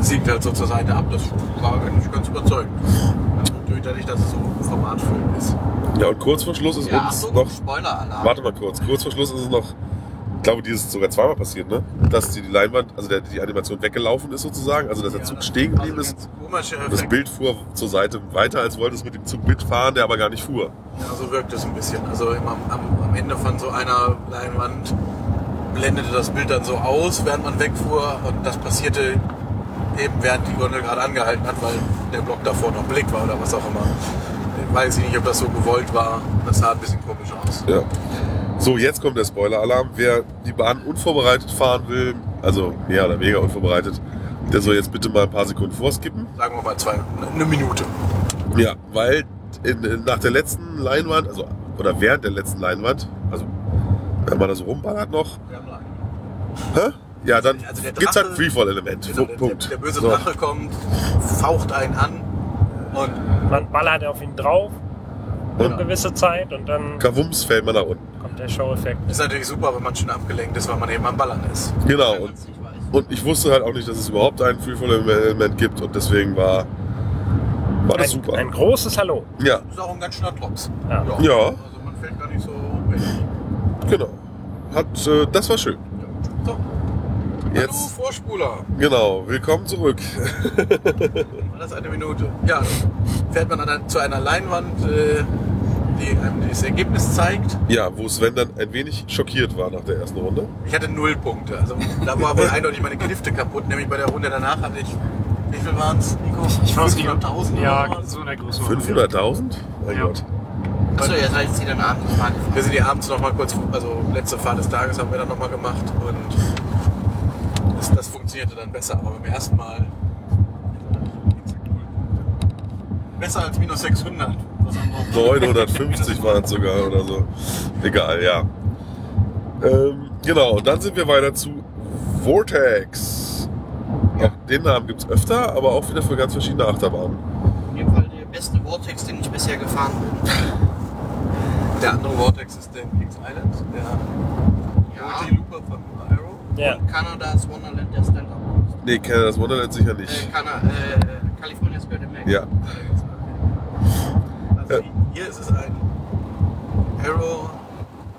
sinkt halt so zur Seite ab. Das war eigentlich ganz überzeugend. Also Natürlich dadurch, dass es so formatfüllend ist. Ja, und kurz vor Schluss ist Ja, uns so, noch. Spoiler-Alarm. Warte mal kurz. Kurz vor Schluss ist es noch. Ich glaube, dieses ist sogar zweimal passiert, ne? Dass die Leinwand, also der, die Animation weggelaufen ist sozusagen, also dass der Zug stehen geblieben also ist. ein ganz komischer Das Effekt. Bild fuhr zur Seite weiter, als wollte es mit dem Zug mitfahren, der aber gar nicht fuhr. Ja, so wirkt es ein bisschen. Also immer am, am, am Ende von so einer Leinwand blendete das Bild dann so aus, während man wegfuhr. Und das passierte eben während die Gondel gerade angehalten hat, weil der Block davor noch blick war oder was auch immer. Weiß ich nicht, ob das so gewollt war. Das sah ein bisschen komisch aus. Ja. So, jetzt kommt der Spoiler-Alarm. Wer die Bahn unvorbereitet fahren will, also mehr oder weniger unvorbereitet, der soll jetzt bitte mal ein paar Sekunden vorskippen. Sagen wir mal zwei, eine Minute. Ja, weil in, in, nach der letzten Leinwand, also oder während der letzten Leinwand, also wenn man da so rumballert noch, Wir haben noch Hä? eine. Ja, dann Also der gibt's Drache- halt ein Freefall-Element. Genau, der, der, Punkt. der böse So. Drache kommt, faucht einen an und Man ballert auf ihn drauf eine Und gewisse Zeit und dann Kavums fällt man nach unten. kommt der Show-Effekt. ist natürlich super, wenn man schon abgelenkt ist, weil man eben am Ballern ist. Genau. Wenn Und, man's nicht weiß. und ich wusste halt auch nicht, dass es überhaupt ein Freefall-Element gibt und deswegen war, war das ein, super. ein großes Hallo. Ja, Das ist auch ein ganz schöner Drops. Ja. Ja. Also fällt gar nicht so hochmäßig. Genau. Hat, äh, das war schön. Ja. So. Hallo Jetzt, Vorspuler. genau, willkommen zurück. War das eine Minute? Ja, dann fährt man an, ein- zu einer Leinwand, äh, die einem das Ergebnis zeigt. Ja, wo Sven dann ein wenig schockiert war nach der ersten Runde. Ich hatte null Punkte. Also da war wohl eindeutig meine Knifte kaputt. Nämlich bei der Runde danach hatte ich, wie viel waren es, Nico? Ich weiß nicht, 500.000 oder Ja, was? so in der Größe. 500.000? Mein Ja. Gott. Achso, ihr seid jetzt hier dann abends gefahren. Wir sind hier abends nochmal kurz, also letzte Fahrt des Tages haben wir dann nochmal gemacht und das, das funktionierte dann besser. Aber beim ersten Mal besser als minus 600. Was haben wir? 950 waren es sogar oder so. Egal, ja. Ähm, genau, und dann sind wir weiter zu Vortex. Auch den Namen gibt es öfter, aber auch wieder für ganz verschiedene Achterbahnen. Auf jeden Fall der beste Vortex, den ich bisher gefahren bin. Der andere Vortex ist der Kings Island, der Ja. Multi-Looper von Aero. Ja. Und Kanadas Wonderland, der Stand-Up. Nee, Canada's Wonderland sicher nicht. Äh, Kana äh, California's Great America. Ja, Also Ja. hier ist es ein Aero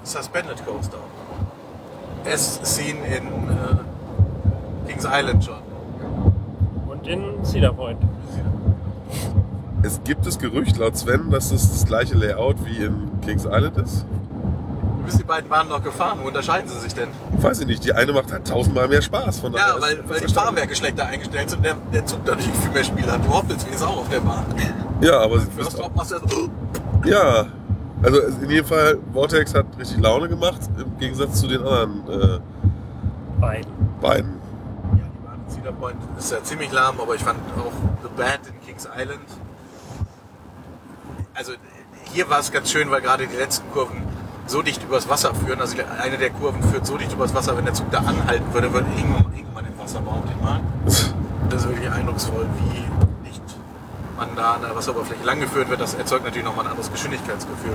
Suspended Coaster. Es seen in äh, Kings Island schon. Und in Cedar Point. es gibt das Gerücht laut Sven, dass es das gleiche Layout wie in Kings Island ist. Du bist die beiden Bahnen noch gefahren. Wo unterscheiden sie sich denn? Weiß ich nicht, die eine macht halt tausendmal mehr Spaß. Von daher Ja, ist- weil, weil die verstanden. Fahrwerke schlechter eingestellt sind und der, der Zug dadurch viel mehr Spiel hat. Du hoppelst wie Sau auf der Bahn. Ja, aber sie Du hast wisst auch. drauf, machst du erst, Ja, also in jedem Fall, Vortex hat richtig Laune gemacht, im Gegensatz zu den anderen Beiden. äh, beiden. Ja, die Bahn in Cedar Point ist ja ziemlich lahm, aber ich fand auch The Bad in Kings Island. Also hier war es ganz schön, weil gerade die letzten Kurven so dicht übers Wasser führen. Also eine der Kurven führt so dicht übers Wasser, wenn der Zug da anhalten würde, würde irgendwann, irgendwann im Wasser behauptet mal. Das ist wirklich eindrucksvoll, wie dicht man da an der Wasseroberfläche langgeführt wird. Das erzeugt natürlich nochmal ein anderes Geschwindigkeitsgefühl.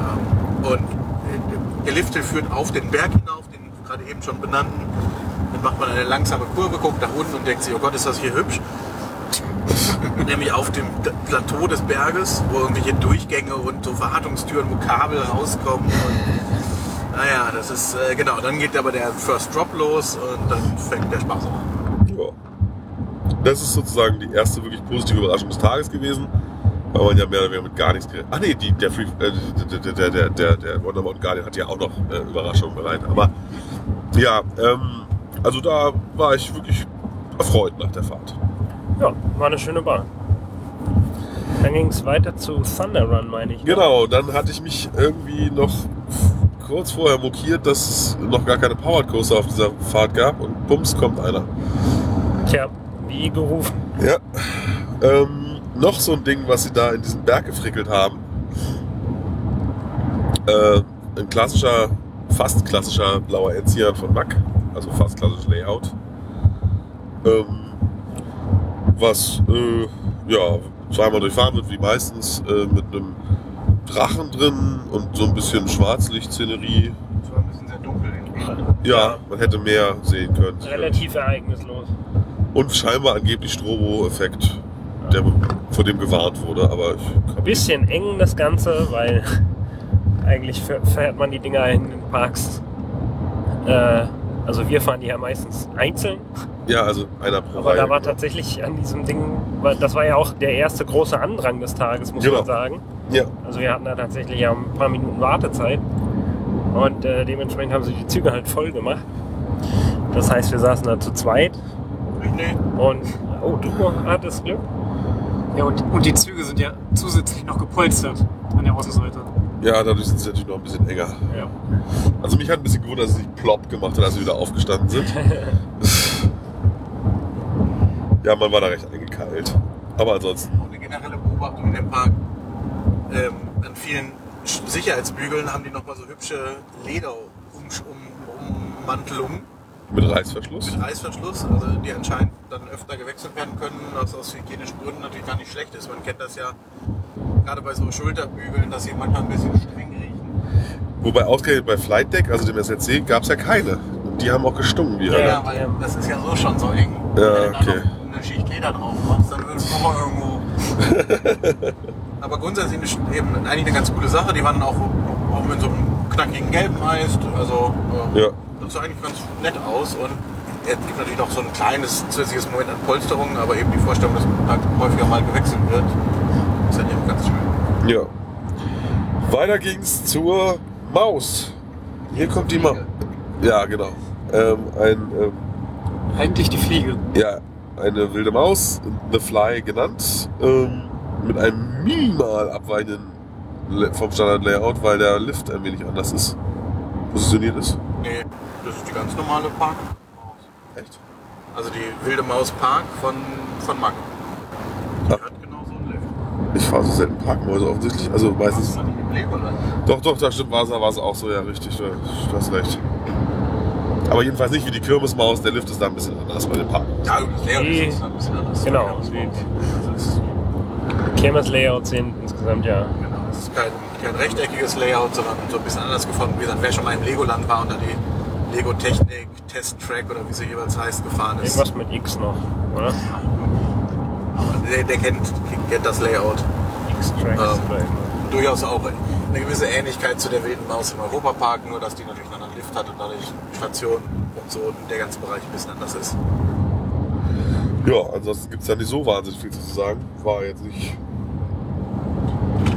Ähm, Und äh, der Lift führt auf den Berg hinauf, den gerade eben schon benannten. Dann macht man eine langsame Kurve, guckt nach unten und denkt sich, oh Gott, ist das hier hübsch. Nämlich auf dem D- Plateau des Berges, wo irgendwelche Durchgänge und so Wartungstüren, wo Kabel rauskommen. Und, naja, das ist, äh, genau, dann geht aber der First Drop los und dann fängt der Spaß an. Ja. Das ist sozusagen die erste wirklich positive Überraschung des Tages gewesen, weil man ja mehr oder weniger mit gar nichts gerechnet hat. Ah nee, die, der, Free, äh, der, der, der, der, der Wonder Mountain Guardian hat ja auch noch äh, Überraschungen bereit. Aber ja, ähm, also da war ich wirklich erfreut nach der Fahrt. Ja, war eine schöne Bahn. Dann ging es weiter zu Thunder Run, meine ich. ne? Genau, dann hatte ich mich irgendwie noch f- kurz vorher mokiert, dass es noch gar keine Powered Coaster auf dieser Fahrt gab und bums kommt einer. Tja, wie gerufen. Ja. Ähm, noch so ein Ding, was sie da in diesen Berg gefrickelt haben. Äh, ein klassischer, fast klassischer blauer Enzian von Mack. Also fast klassisches Layout. Ähm, was, äh, ja, zweimal durchfahren wird, wie meistens, äh, mit einem Drachen drin und so ein bisschen Schwarzlichtszenerie. Es war ein bisschen sehr dunkel. Ja, man hätte mehr sehen können. Relativ ereignislos. Und scheinbar angeblich Strobo-Effekt, der vor dem gewarnt wurde, aber ich Ein bisschen eng das Ganze, weil eigentlich fähr- fährt man die Dinger in den Parks. Äh, also wir fahren die ja meistens einzeln. ja, also einer pro Aber Reihe. da war tatsächlich an diesem Ding, weil das war ja auch der erste große Andrang des Tages, muss Genau. man sagen. Ja. Also wir hatten da tatsächlich ja ein paar Minuten Wartezeit. Und äh, dementsprechend haben sie die Züge halt voll gemacht. Das heißt, wir saßen da zu zweit Ich nee. und oh, du hattest Glück. Ja, und, und die Züge sind ja zusätzlich noch gepolstert an der Außenseite. ja, dadurch sind sie natürlich noch ein bisschen enger. Ja. Also mich hat ein bisschen gewundert, dass sie nicht plopp gemacht hat, als sie wieder aufgestanden sind. ja, man war da recht eingekeilt. Aber ansonsten, Auch eine generelle Beobachtung in dem Park. Ähm, an vielen Sch- Sicherheitsbügeln haben die nochmal so hübsche Lederummantelungen mit Reißverschluss. mit Reißverschluss, also die anscheinend dann öfter gewechselt werden können, was aus hygienischen Gründen natürlich gar nicht schlecht ist. Man kennt das ja gerade bei so Schulterbügeln, dass sie manchmal ein bisschen streng riechen. Wobei ausgerechnet bei Flight Deck, also dem SLC, gab es ja keine. Und die haben auch gestunken, die Ja, Hölle. weil das ist ja so schon so eng. Ja, Wenn du da okay. noch eine Schicht Leder drauf machst, dann wird es nochmal irgendwo. Aber grundsätzlich ist eben eigentlich eine ganz coole Sache. Die waren auch, auch mit so einem knackigen gelben Eis. Also äh, Ja. das sah eigentlich ganz nett aus. Und es gibt natürlich noch so ein kleines zusätzliches Moment an Polsterung, aber eben die Vorstellung, dass da häufiger mal gewechselt wird, ist dann eben ganz schön. Ja. Weiter ging's zur Maus. Hier kommt die Maus. Ja, genau. Ähm, ein, ähm, Eigentlich die Fliege. ja, eine wilde Maus, The Fly genannt, ähm, mit einem minimal abweichenden Le- vom Standard-Layout, weil der Lift ein wenig anders ist. Positioniert ist. Nee, das ist die ganz normale Park. Echt? Also die Wilde Maus Park von, von Mack. Die Ah. hat genau so einen Lift. Ich fahre so selten Parkmäuse offensichtlich. Also meistens. man nicht im Legoland. Doch, doch, da stimmt, war es war es auch so, ja, richtig, du hast recht. Aber jedenfalls nicht wie die Kirmesmaus, der Lift ist da ein bisschen anders bei den Parkmäusen. Ja, das Layout Die- ist ein bisschen anders. genau. Ja, das ist- Kirmes-Layouts sind insgesamt ja. Genau, es ist kein, kein rechteckiges Layout, sondern so ein bisschen anders geformt. Wie gesagt, wer schon mal im Legoland war und da die Lego Technik, Test Track oder wie sie jeweils heißt, gefahren ist, Irgendwas mit X noch, oder? der, der kennt, kennt das Layout. X-Tracks Ähm. oder irgendwas. durchaus auch eine gewisse Ähnlichkeit zu der wilden Maus im Europapark, nur dass die natürlich einen anderen Lift hat und dadurch Stationen und so und der ganze Bereich ein bisschen anders ist. Ja, ansonsten gibt es ja nicht so wahnsinnig viel zu sagen. War jetzt nicht.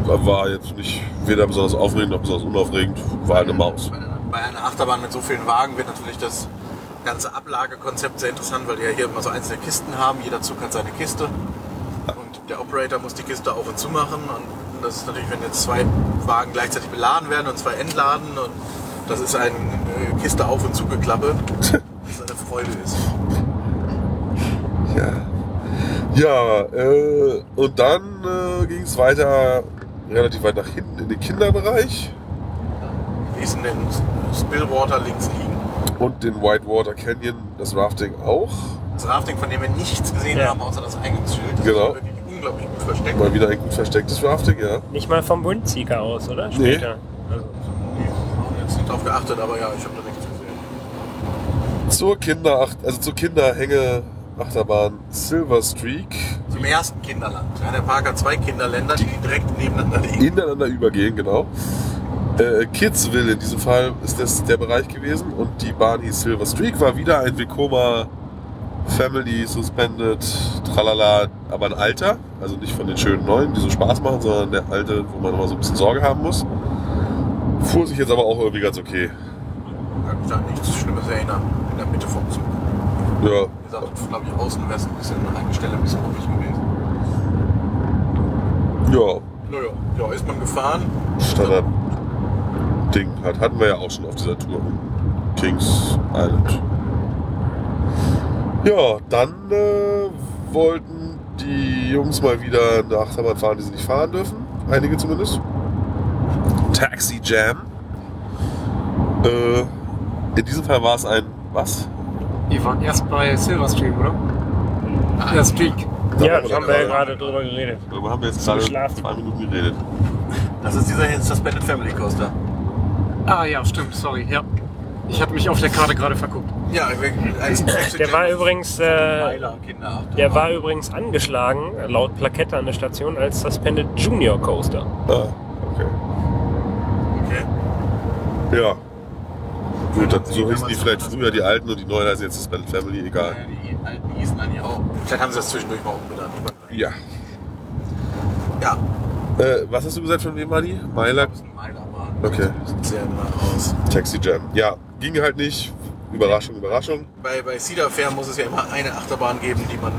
War jetzt nicht weder besonders aufregend noch besonders unaufregend. War halt eine Maus. Bei einer- Bei einer Achterbahn mit so vielen Wagen wird natürlich das ganze Ablagekonzept sehr interessant, weil die ja hier immer so einzelne Kisten haben. Jeder Zug hat seine Kiste und der Operator muss die Kiste auf und zu machen. Und das ist natürlich, wenn jetzt zwei Wagen gleichzeitig beladen werden und zwei entladen und das ist eine äh, Kiste auf und zugeklappe, das eine Freude ist. Ja. Ja, äh, und dann äh, ging es weiter relativ weit nach hinten in den Kinderbereich ließen den Spillwater links liegen. und den Whitewater Canyon, das Rafting auch. Das Rafting, von dem wir nichts gesehen Ja. haben, außer das Eingangsschild. Das Genau. ist wirklich unglaublich gut versteckt. Mal wieder ein gut verstecktes Rafting, ja. Nicht mal vom Bundzieger aus, oder? Nee. Später. Also, Ich habe jetzt nicht drauf geachtet, aber ja, ich habe da nichts gesehen. Zur Kinder, also zur Kinderhänge Achterbahn Silver Streak Zum ersten Kinderland. Ja, der Park hat zwei Kinderländer, die direkt nebeneinander liegen. ineinander übergehen, genau. Äh, Kidsville in diesem Fall ist das der Bereich gewesen und die Bahn hieß Silver Streak, war wieder ein Vekoma Family Suspended, tralala, aber ein alter, also nicht von den schönen neuen, die so Spaß machen, sondern der alte, wo man immer so ein bisschen Sorge haben muss. Fuhr sich jetzt aber auch irgendwie ganz okay. Ich kann mich da an nichts Schlimmes erinnern. In der Mitte vom Zug. Ja, Wie gesagt, glaube ich, außen wäre es ein bisschen an einer Stelle ein bisschen ruhig gewesen. ja, Naja, ja, ist man gefahren. Standard Ding halt. Hatten wir ja auch schon auf dieser Tour. Kings Island. Ja, dann äh, wollten die Jungs mal wieder eine Achterbahn fahren, die sie nicht fahren dürfen. Einige zumindest. Taxi Jam. Äh, in diesem Fall war es ein was? Die waren erst bei Silver Streak, oder? Ah. Ja, Streak. ja, Darüber da haben wir gerade- ja gerade drüber geredet. Darüber haben wir jetzt gerade Geschlafen. zwei Minuten geredet. Das ist dieser hier Suspended Family Coaster. Ah ja, stimmt, sorry. Ja. Ich hatte mich auf der Karte gerade verguckt. Ja, ein Der war übrigens, äh, Meiler, Kinder. der war übrigens angeschlagen, laut Plakette an der Station, als Suspended Junior Coaster. Ah, okay. Okay. Ja. Gut, dann so hießen Wie kann die man's vielleicht anders früher die alten und die neuen heißen jetzt Suspended Family, egal. Ja, die alten hießen eigentlich auch. Vielleicht haben sie das zwischendurch mal umbenannt. Ja. Ja, Äh, was hast du gesagt von wem war die? Mailer? das ist ein Meilerbahn. Okay. Sieht sehr danach aus. Taxi Jam. Ja, ging halt nicht. Überraschung, Überraschung. Bei, bei Cedar Fair muss es ja immer eine Achterbahn geben, die man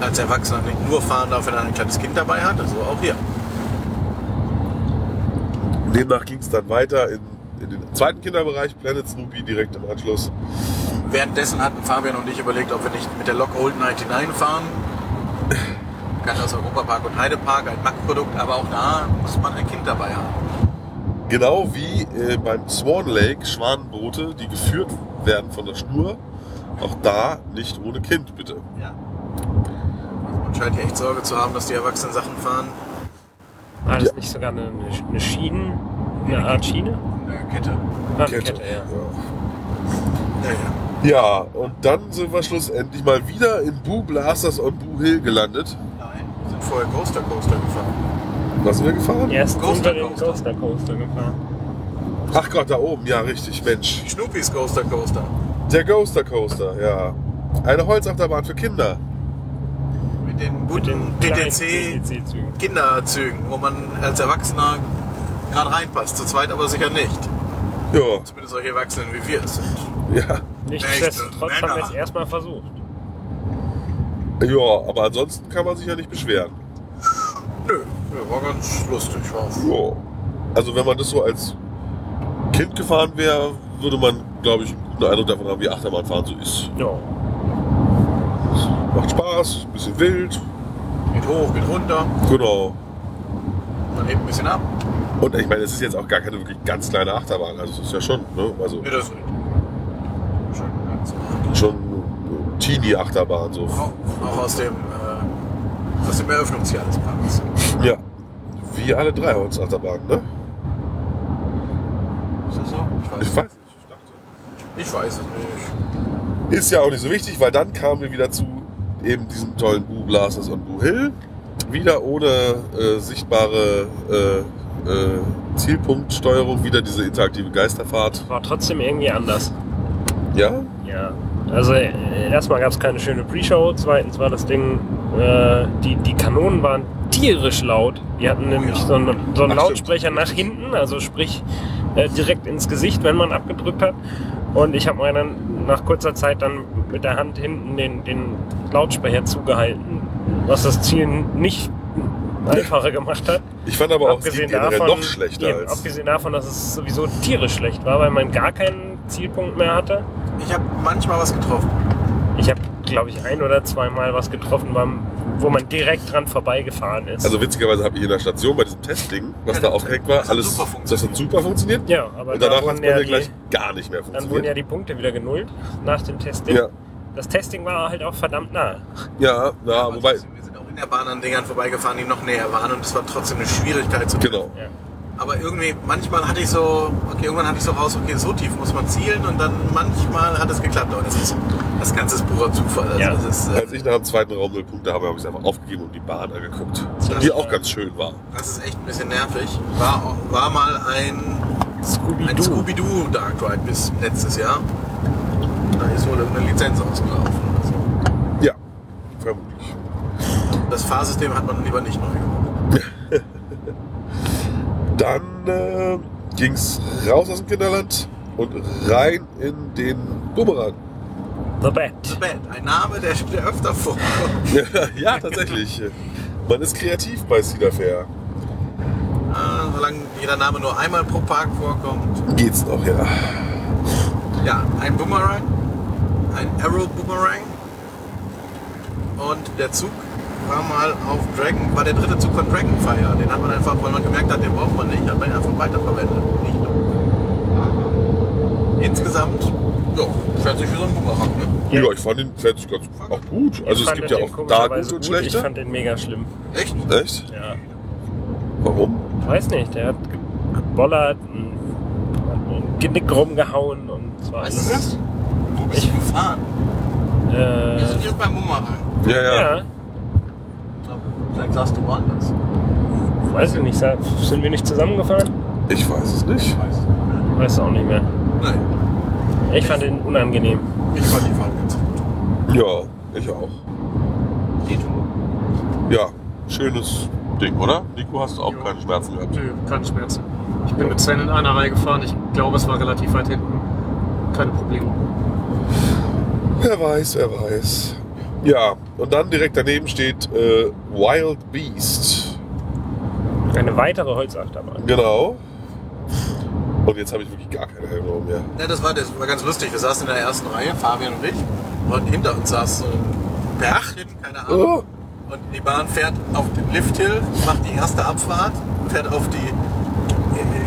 als Erwachsener nicht nur fahren darf, wenn man ein kleines Kind dabei hat. Also auch hier. Demnach ging es dann weiter in, in den zweiten Kinderbereich, Planet Snoopy direkt im Anschluss. Währenddessen hatten Fabian und ich überlegt, ob wir nicht mit der Lok Old 99 fahren. Kann aus Europapark und Heidepark, ein Mack-Produkt, aber auch da muss man ein Kind dabei haben. Genau wie äh, beim Swan Lake Schwanenboote, die geführt werden von der Schnur. Auch da nicht ohne Kind, bitte. Ja. Man scheint hier echt Sorge zu haben, dass die Erwachsenen Sachen fahren. War das Ja. nicht sogar eine, eine Schienen, eine Art Schiene? Eine Kette. Ah, eine Kette, ja. Naja. Ja, und dann sind wir schlussendlich mal wieder in Boo Blasters on Boo Hill gelandet. Nein, wir sind vorher Coaster Coaster gefahren. Was sind wir gefahren? Erst Coaster unter den Coaster. Coaster Coaster gefahren. Ach Gott, da oben, ja richtig, Mensch. Schnuppis Coaster Coaster. Der Ghoster Coaster, ja. Eine Holzachterbahn für Kinder. Mit den guten kleinen DTC DTC-Zügen. Kinderzügen, wo man als Erwachsener gerade reinpasst. Zu zweit aber sicher nicht. Ja, Zumindest solche Erwachsenen wie wir es sind. ja. Nichtsdestotrotz Männer. haben wir es erstmal versucht. Ja, aber ansonsten kann man sich ja nicht beschweren. Nö, ja, war ganz lustig. War Ja. Also wenn man das so als Kind gefahren wäre, würde man, glaube ich, einen guten Eindruck davon haben, wie Achterbahnfahren so ist. Ja. Macht Spaß, ist ein bisschen wild, geht hoch, geht runter, genau. man hebt ein bisschen ab. Und ich meine, es ist jetzt auch gar keine wirklich ganz kleine Achterbahn, also es ist ja schon, ne? Also Ja, das ist Schön ganz schon Teenie-Achterbahn so. Auch, auch aus dem, äh, aus dem Eröffnungsjahr des Parks. Ja. Wie alle drei Holzachterbahnen, ne? Ist das so? Ich weiß nicht. Ich, dachte, ich weiß es nicht. Ist ja auch nicht so wichtig, weil dann kamen wir wieder zu eben diesem tollen Boo Blasters und Boo Hill. Wieder ohne äh, sichtbare äh, äh, Zielpunktsteuerung, wieder diese interaktive Geisterfahrt. War trotzdem irgendwie anders. Ja? Ja. Also äh, erstmal gab es keine schöne Pre-Show, zweitens war das Ding, äh, die, die Kanonen waren tierisch laut. Die hatten nämlich ja. so einen, Oh Ach, so einen stimmt. Lautsprecher nach hinten, also sprich äh, direkt ins Gesicht, wenn man abgedrückt hat. Und ich habe mir dann nach kurzer Zeit dann mit der Hand hinten den, den Lautsprecher zugehalten, was das Ziel nicht einfacher gemacht hat. Ich fand aber auch sie abgesehen generell davon, noch schlechter eben, als. abgesehen davon, dass es sowieso tierisch schlecht war, weil man gar keinen Zielpunkt mehr hatte. Ich habe manchmal was getroffen. Ich habe, glaube ich, ein oder zweimal was getroffen, beim- wo man direkt dran vorbeigefahren ist. Also witzigerweise habe ich in der Station bei diesem Testding, was Ja, da das- aufgehängt war, das hat alles, super funktioniert. das hat super funktioniert. ja, aber Und danach da hat es wurden bei ja mir die, gleich gar nicht mehr dann wurden ja funktioniert. die Punkte wieder genullt nach dem Testing. Ja. Das Testing war halt auch verdammt nah. Ja, na, Aber wobei, trotzdem, Wir sind auch in der Bahn an Dingern vorbeigefahren, die noch näher waren und es war trotzdem eine Schwierigkeit zu genau. Ja. Aber irgendwie, manchmal hatte ich so, okay, irgendwann hatte ich so raus, okay, so tief muss man zielen und dann manchmal hat es geklappt. Aber das ist, das Ganze ist purer Zufall. Also Ja. das ist, äh, Als ich nach dem zweiten Raum null Punkte habe, habe ich es einfach aufgegeben und die Bahn angeguckt. Das- Die auch ganz schön war. das ist echt ein bisschen nervig. War, auch- war mal ein Ein Scooby-Doo. Scooby-Doo Dark Ride bis letztes Jahr. Da ist wohl irgendeine Lizenz ausgelaufen. oder so. Ja, vermutlich. das Fahrsystem hat man lieber nicht neu gemacht. Dann äh, ging es raus aus dem Kinderland und rein in den Bumerang. The The Bat. Bad, ein Name, der, der öfter vorkommt. ja, tatsächlich. Man ist kreativ bei Cedar Fair. Äh, solange jeder Name nur einmal pro Park vorkommt. Geht's noch, ja. Ja, ein Boomerang, ein Arrow Boomerang und der Zug war mal auf Dragon, war der dritte Zug von Dragonfire. Den hat man einfach, weil man gemerkt hat, den braucht man nicht, hat man ihn einfach weiterverwendet. Nicht doof. Insgesamt, ja, fährt sich wie so ein Boomerang, ne? Ja, ich fand den fertig ganz auch gut. Also Ich es fand gibt ja den auch da komischerweise gute und gut. Ich schlechte. fand den mega schlimm. Echt? Echt? Ja. Warum? Ich weiß nicht, der hat ge- gebollert und hat mir ein Genick rumgehauen und zwar Was ist das? Wo bist du gefahren? Äh, Wir sind jetzt beim Bumerang. Ja, ja. ja. Vielleicht saß du woanders. weiß ich nicht, sa- sind wir nicht zusammengefahren? Ich weiß es nicht. Weiß auch nicht mehr. Nein, Ich fand den unangenehm. ich fand die Fahrt ganz gut. Ja, ich auch. Ja, schönes Ding, oder? Nico, hast du auch Jo. keine Schmerzen gehabt? Nö, keine Schmerzen. Ich bin mit Sven in einer Reihe gefahren. Ich glaube, es war relativ weit hinten. Keine Probleme. Wer weiß, wer weiß. Ja, und dann direkt daneben steht äh, Wild Beast. Eine weitere Holzachterbahn. Genau. Und jetzt habe ich wirklich gar keine Erinnerung mehr. Ja, das war, das war ganz lustig. Wir saßen in der ersten Reihe, Fabian und ich. Und hinter uns saß so ein Bergchen, keine Ahnung. Äh. Oh, Und die Bahn fährt auf den Lifthill, macht die erste Abfahrt, fährt auf die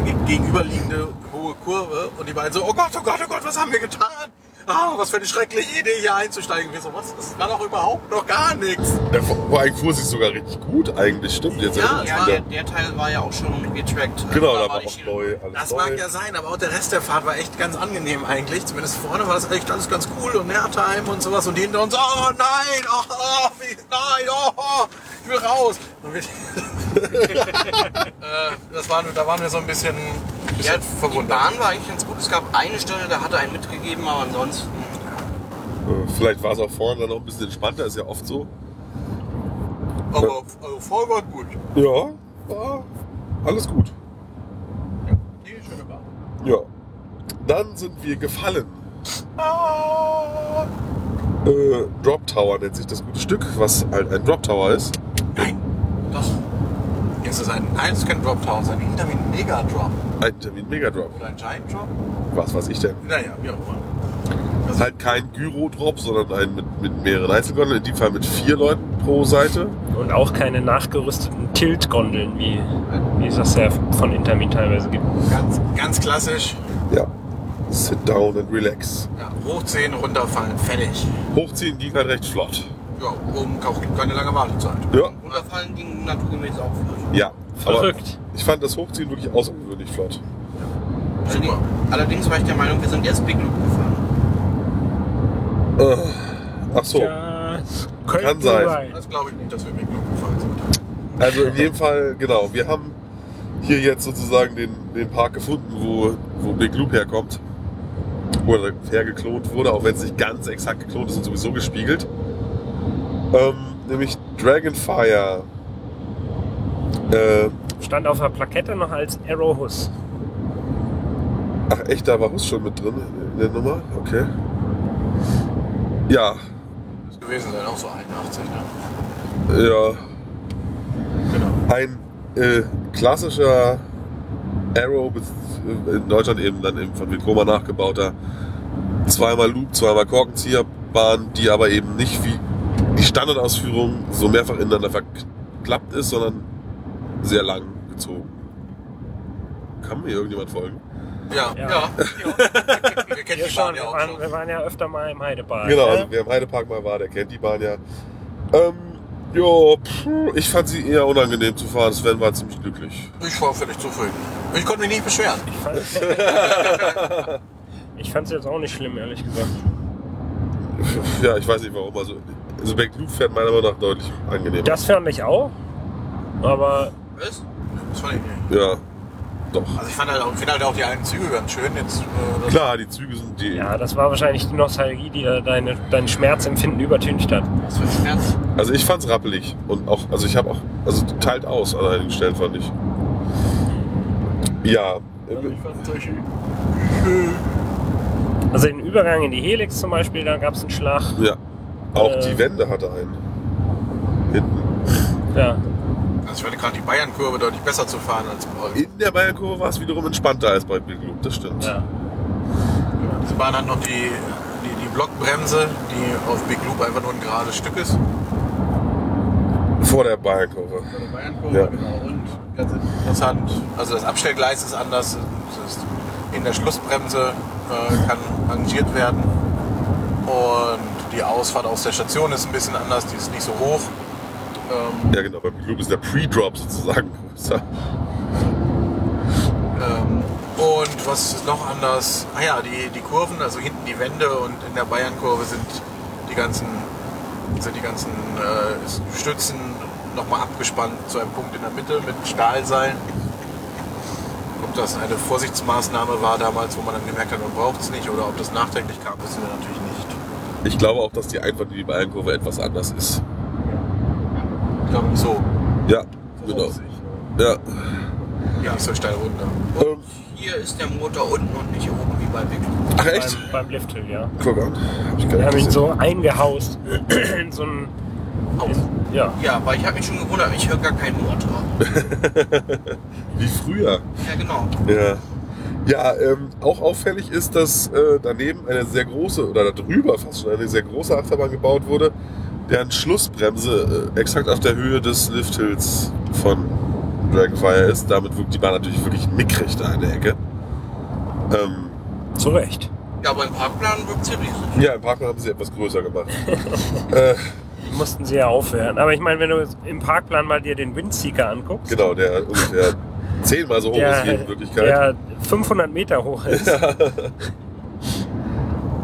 äh, gegenüberliegende hohe Kurve und die beiden so, oh Gott, oh Gott, oh Gott, was haben wir getan? ah, was für eine schreckliche Idee, hier einzusteigen. Wir so, was? Das war doch überhaupt noch gar nichts. Der Vorhang fuhr sich sogar richtig gut eigentlich, stimmt. Jetzt Ja, erinnere ich mich der, wieder. der Teil war ja auch schon getrackt. Also Genau, da war war die auch Schiene- neu, alles Das neu. mag ja sein, aber auch der Rest der Fahrt war echt ganz angenehm eigentlich. Zumindest vorne war das echt alles ganz cool und Nertheim und sowas. Und hinter uns, oh nein, oh, oh wie, nein, oh, oh, ich will raus. Und wir, äh, das waren, da waren wir so ein bisschen, Ja, bisschen die verwundert. Bahn war eigentlich ganz gut. Es gab eine Stelle, da hat er einen mitgegeben, aber ansonsten. Äh, Vielleicht war es auch vorne dann noch ein bisschen entspannter, ist ja oft so. Aber also, voll war gut. Ja, war alles gut. Nee, schöne Bahn. Ja. Dann sind wir gefallen. Ah, Äh, Drop Tower nennt sich das gute Stück, was halt ein Drop Tower ist. doch. Ist es ein, nein, es ist kein Drop Tower, es ist ein hinter wie ein Mega Drop. Ein Termin Mega Drop. Oder ein Giant Drop? Was weiß ich denn? Naja, wie auch immer. Das ist halt kein Gyro-Drop, sondern ein mit, mit mehreren Einzelgondeln. In dem Fall mit vier Leuten pro Seite. Und auch keine nachgerüsteten Tilt-Gondeln, wie, wie es das ja von Intermin teilweise gibt. Ganz, ganz klassisch. Ja. Sit down and relax. Ja, hochziehen, runterfallen, fertig. Hochziehen ging halt recht flott. Ja, oben auch keine lange Wartezeit. Ja. Runterfallen ging naturgemäß auch flott. Ja. Aber Verrückt. ich fand das Hochziehen wirklich außergewöhnlich flott. Allerdings, allerdings war ich der Meinung, wir sind erst Big Loop gefahren. Äh, ach so. Ja, könnte Kann sein. Das glaube ich nicht, dass wir im Iglu gefahren sind. Also in jedem Fall, genau. Wir haben hier jetzt sozusagen den, den Park gefunden, wo, wo Big Loop herkommt. Oder hergeklont wurde, auch wenn es nicht ganz exakt geklont ist und sowieso gespiegelt. Ähm, nämlich Dragonfire. Äh, Stand auf der Plakette noch als Arrow Huss. Ach echt, da war Hus schon mit drin in der Nummer? Okay. Ja, Das gewesen sein, auch so 81, ne? ja. Genau. Ein äh, klassischer Arrow, bis- äh, in Deutschland eben dann eben von Vilcoma nachgebauter. Zweimal Loop, zweimal Korkenzieherbahn, die aber eben nicht wie die Standardausführung so mehrfach ineinander verklappt ist, sondern sehr lang gezogen. Kann mir irgendjemand folgen? Ja, Ja. ja. wir kennen Wir, die Bahn ja schon, wir, auch waren, schon. wir waren ja öfter mal im Heidepark. Genau, ne? also wer im Heidepark mal war, der kennt die Bahn ja. Ähm, jo, pff, ich fand sie eher unangenehm zu fahren. Sven war ziemlich glücklich. Ich war völlig zufrieden. Ich konnte mich nicht beschweren. ich fand es jetzt auch nicht schlimm, ehrlich gesagt. Ja, ich weiß nicht warum. Also, also Back Loop fährt meiner Meinung nach deutlich angenehmer. Das fand ich auch. Aber Was? Das fand ich nicht. Ja, doch. Also ich fand halt auch, finde halt auch die alten Züge ganz schön. Jetzt, äh, das- Klar, die Züge sind die. ja, das war wahrscheinlich die Nostalgie, die äh, deine, dein Schmerzempfinden übertüncht hat. Was für ein Schmerz? Also ich fand's rappelig und auch, also ich habe auch, also teilt aus an einigen Stellen fand ich. Ja, Also ich fand es richtig Also den Übergang in die Helix zum Beispiel, da gab es einen Schlag. ja. Auch Äh. die Wände hatte einen. Hinten. Ja. Also ich fand gerade die Bayernkurve deutlich besser zu fahren als bei euch. In der Bayernkurve war es wiederum entspannter als bei Big Loop, das stimmt. ja. Diese Bahn hat halt noch die, die, die Blockbremse, die auf Big Loop einfach nur ein gerades Stück ist. Vor der Bayernkurve. Oder Bayernkurve, Ja. genau. Und ganz interessant, also das Abstellgleis ist anders. Es ist in der Schlussbremse äh, kann rangiert werden. Und die Ausfahrt aus der Station ist ein bisschen anders, die ist nicht so hoch. Ähm, Ja, genau. Bei Big Loop ist der Pre-Drop sozusagen größer. ähm, und was ist noch anders? Ah ja, die, die Kurven, also hinten die Wände und in der Bayernkurve sind die ganzen, sind die ganzen äh, Stützen nochmal abgespannt zu einem Punkt in der Mitte mit Stahlseilen. Ob das eine Vorsichtsmaßnahme war damals, wo man dann gemerkt hat, man braucht es nicht, oder ob das nachträglich kam, wissen wir natürlich nicht. Ich glaube auch, dass die Einfahrt in die Bayernkurve etwas anders ist. Ich glaube, so. Ja, genau. Ja. Ja, nicht so steil runter. Ähm, Hier ist der Motor unten und nicht oben wie bei Big Loop. ach echt? Beim, beim Lift Hill, ja. Guck an. Hab ich gar Wir nicht haben ihn gesehen. so eingehaust in so ein. in- Ja. Ja, aber ich habe mich schon gewundert, ich höre gar keinen Motor. Wie früher. Ja, genau. Ja. Ja, ähm, auch auffällig ist, dass äh, daneben eine sehr große, oder darüber fast schon eine sehr große Achterbahn gebaut wurde, deren Schlussbremse äh, exakt auf der Höhe des Lifthills von Dragonfire ist. Damit wirkt die Bahn natürlich wirklich mickrig da in der Ecke. Ähm, Zu Recht. Ja, aber im Parkplan wirkt sie riesig. Ja, im Parkplan haben sie etwas größer gemacht. äh, Mussten sie ja aufhören. Aber ich meine, wenn du im Parkplan mal dir den Windseeker anguckst, genau, der ungefähr zehnmal so hoch ist wie in Wirklichkeit. der 500 Meter hoch ist.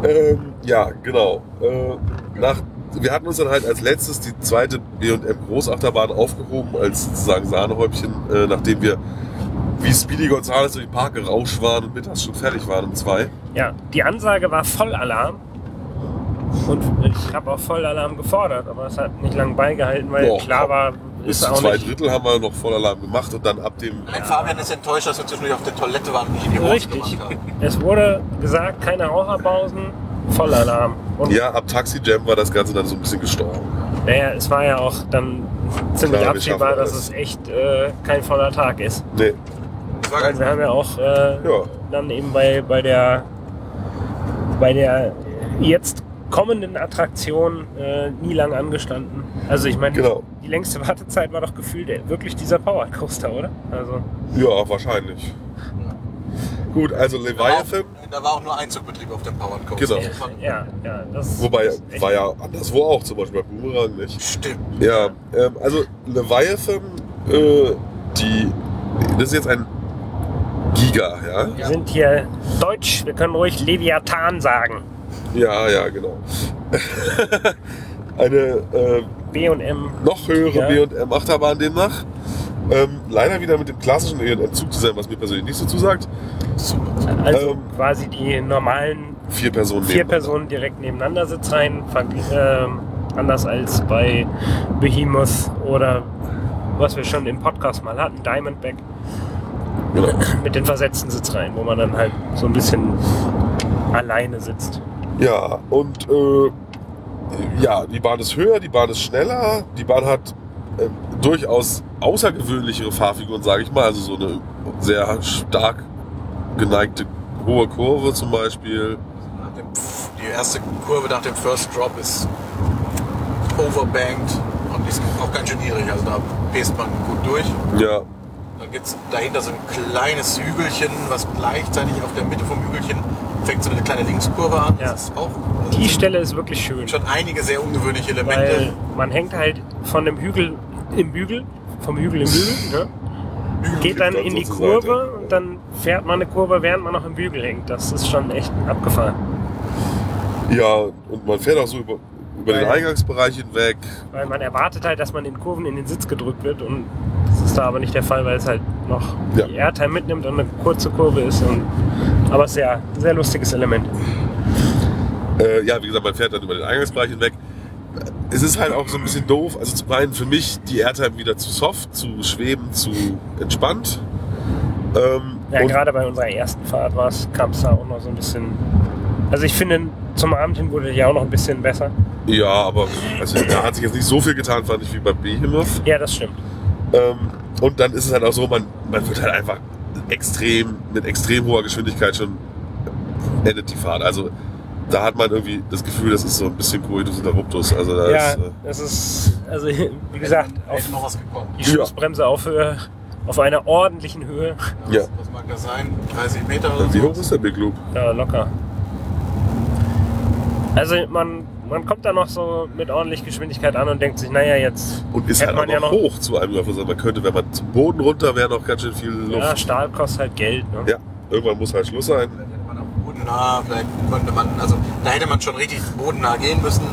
Ähm, ja, genau. Äh, nach, wir hatten uns dann halt als letztes die zweite B&M Großachterbahn aufgehoben, als sozusagen Sahnehäubchen, äh, nachdem wir wie Speedy Gonzales durch den Park gerauscht waren und mittags schon fertig waren um zwei. Ja, die Ansage war Vollalarm. Und ich habe auch Vollalarm gefordert, aber es hat nicht lange beigehalten, weil Boah, klar war, Bis ist zu auch zwei nicht Drittel haben wir noch Vollalarm gemacht und dann ab dem... Ein Fabian ist enttäuscht, dass wir zwischendurch auf der Toilette waren und nicht in die Hose richtig. gemacht haben. Es wurde gesagt, keine Raucherpausen, Vollalarm. Und Ja, ab Taxi Jam war das Ganze dann so ein bisschen gestorben. naja, es war ja auch dann ziemlich Klar, wir absehbar, schaffen dass das. es echt äh, kein voller Tag ist. Nee, Das war Also ganz wir haben ja auch äh, ja. dann eben bei, bei der bei der jetzt kommenden Attraktion äh, nie lang angestanden. Also ich meine, Genau. die längste Wartezeit war doch gefühlt äh, wirklich dieser Powercoaster, oder? Also Ja, wahrscheinlich. Gut, also Leviathan, da war auch nur Einzugbetrieb auf dem Power Coast. Genau. ja, ja, das wobei ist echt- war ja anderswo auch, zum Beispiel bei Boomerang nicht. Stimmt. Ja, ähm, also Leviathan, äh, die, das ist jetzt ein Giga, ja? wir sind hier deutsch, wir können ruhig Leviathan sagen. Ja, ja, genau. Eine äh, B&M noch höhere Ja. B&M Achterbahn demnach. Ähm, leider wieder mit dem klassischen B&M Zug zu sein, was mir persönlich nicht so zusagt. also Ähm. quasi die normalen Vier Personen vier nebeneinander. Personen direkt nebeneinander Sitz rein, ver- ähm, anders als bei Behemoth oder was wir schon im Podcast mal hatten, Diamondback Genau. mit den versetzten Sitzreihen, wo man dann halt so ein bisschen alleine sitzt. Ja, und äh, ja, die Bahn ist höher, die Bahn ist schneller, die Bahn hat äh, durchaus außergewöhnlichere Fahrfiguren, sage ich mal. Also so eine sehr stark geneigte hohe Kurve zum Beispiel. Nach dem Pf- Die erste Kurve nach dem First Drop ist overbanked und ist auch ganz schön niedrig. Also da pest man gut durch. Ja, Dann gibt es dahinter so ein kleines Hügelchen, was gleichzeitig auf der Mitte vom Hügelchen fängt so eine kleine Linkskurve an. Ja. Das ist auch also Die Stelle ist wirklich schön, schon einige sehr ungewöhnliche weil Elemente. man hängt halt von dem Hügel im Bügel, vom Hügel im Bügel, ne? geht dann in die Sozusagen. Kurve und dann fährt man eine Kurve, während man noch im Bügel hängt. Das ist schon echt abgefahren. ja, und man fährt auch so über, über den Weil- Eingangsbereich hinweg. Weil man erwartet halt, dass man in Kurven in den Sitz gedrückt wird und das ist da aber nicht der Fall, weil es halt noch Ja. die Airtime mitnimmt und eine kurze Kurve ist. Und, aber es ist ja ein sehr lustiges Element. Äh, ja, wie gesagt, man fährt dann über den Eingangsbereich hinweg. Es ist halt auch so ein bisschen doof. Also zum einen für mich die Airtime wieder zu soft, zu schweben, zu entspannt. Ähm, Ja, und- gerade bei unserer ersten Fahrt war es, kam es da auch noch so ein bisschen. Also ich finde, zum Abend hin wurde die auch noch ein bisschen besser. Ja, aber also, da hat sich jetzt nicht so viel getan, fand ich, wie bei Behemoth. Ja, das stimmt. Ähm, und dann ist es halt auch so, man, man wird halt einfach extrem, mit extrem hoher Geschwindigkeit schon endet die Fahrt. Also da hat man irgendwie das Gefühl, das ist so ein bisschen Coitus Interruptus. Also da ja, ist, äh, das ist, also wie gesagt, auf Hätte noch was gekommen. die Schussbremse auf Höhe, auf einer ordentlichen Höhe. Ja. Was, was mag das sein? 30 Meter oder also, wie so? hoch ist der Big Loop? Ja, locker. Also man, man kommt da noch so mit ordentlich Geschwindigkeit an und denkt sich, naja, jetzt Und ist Hätte halt auch man ja noch noch- hoch zu einem Löffel. Also man könnte, wenn man zum Boden runter wäre, noch ganz schön viel ja, Luft. Stahl kostet halt Geld. Ne? Ja, irgendwann muss halt Schluss sein. Vielleicht hätte man auch bodennah, vielleicht könnte man, also da hätte man schon richtig bodennah gehen müssen.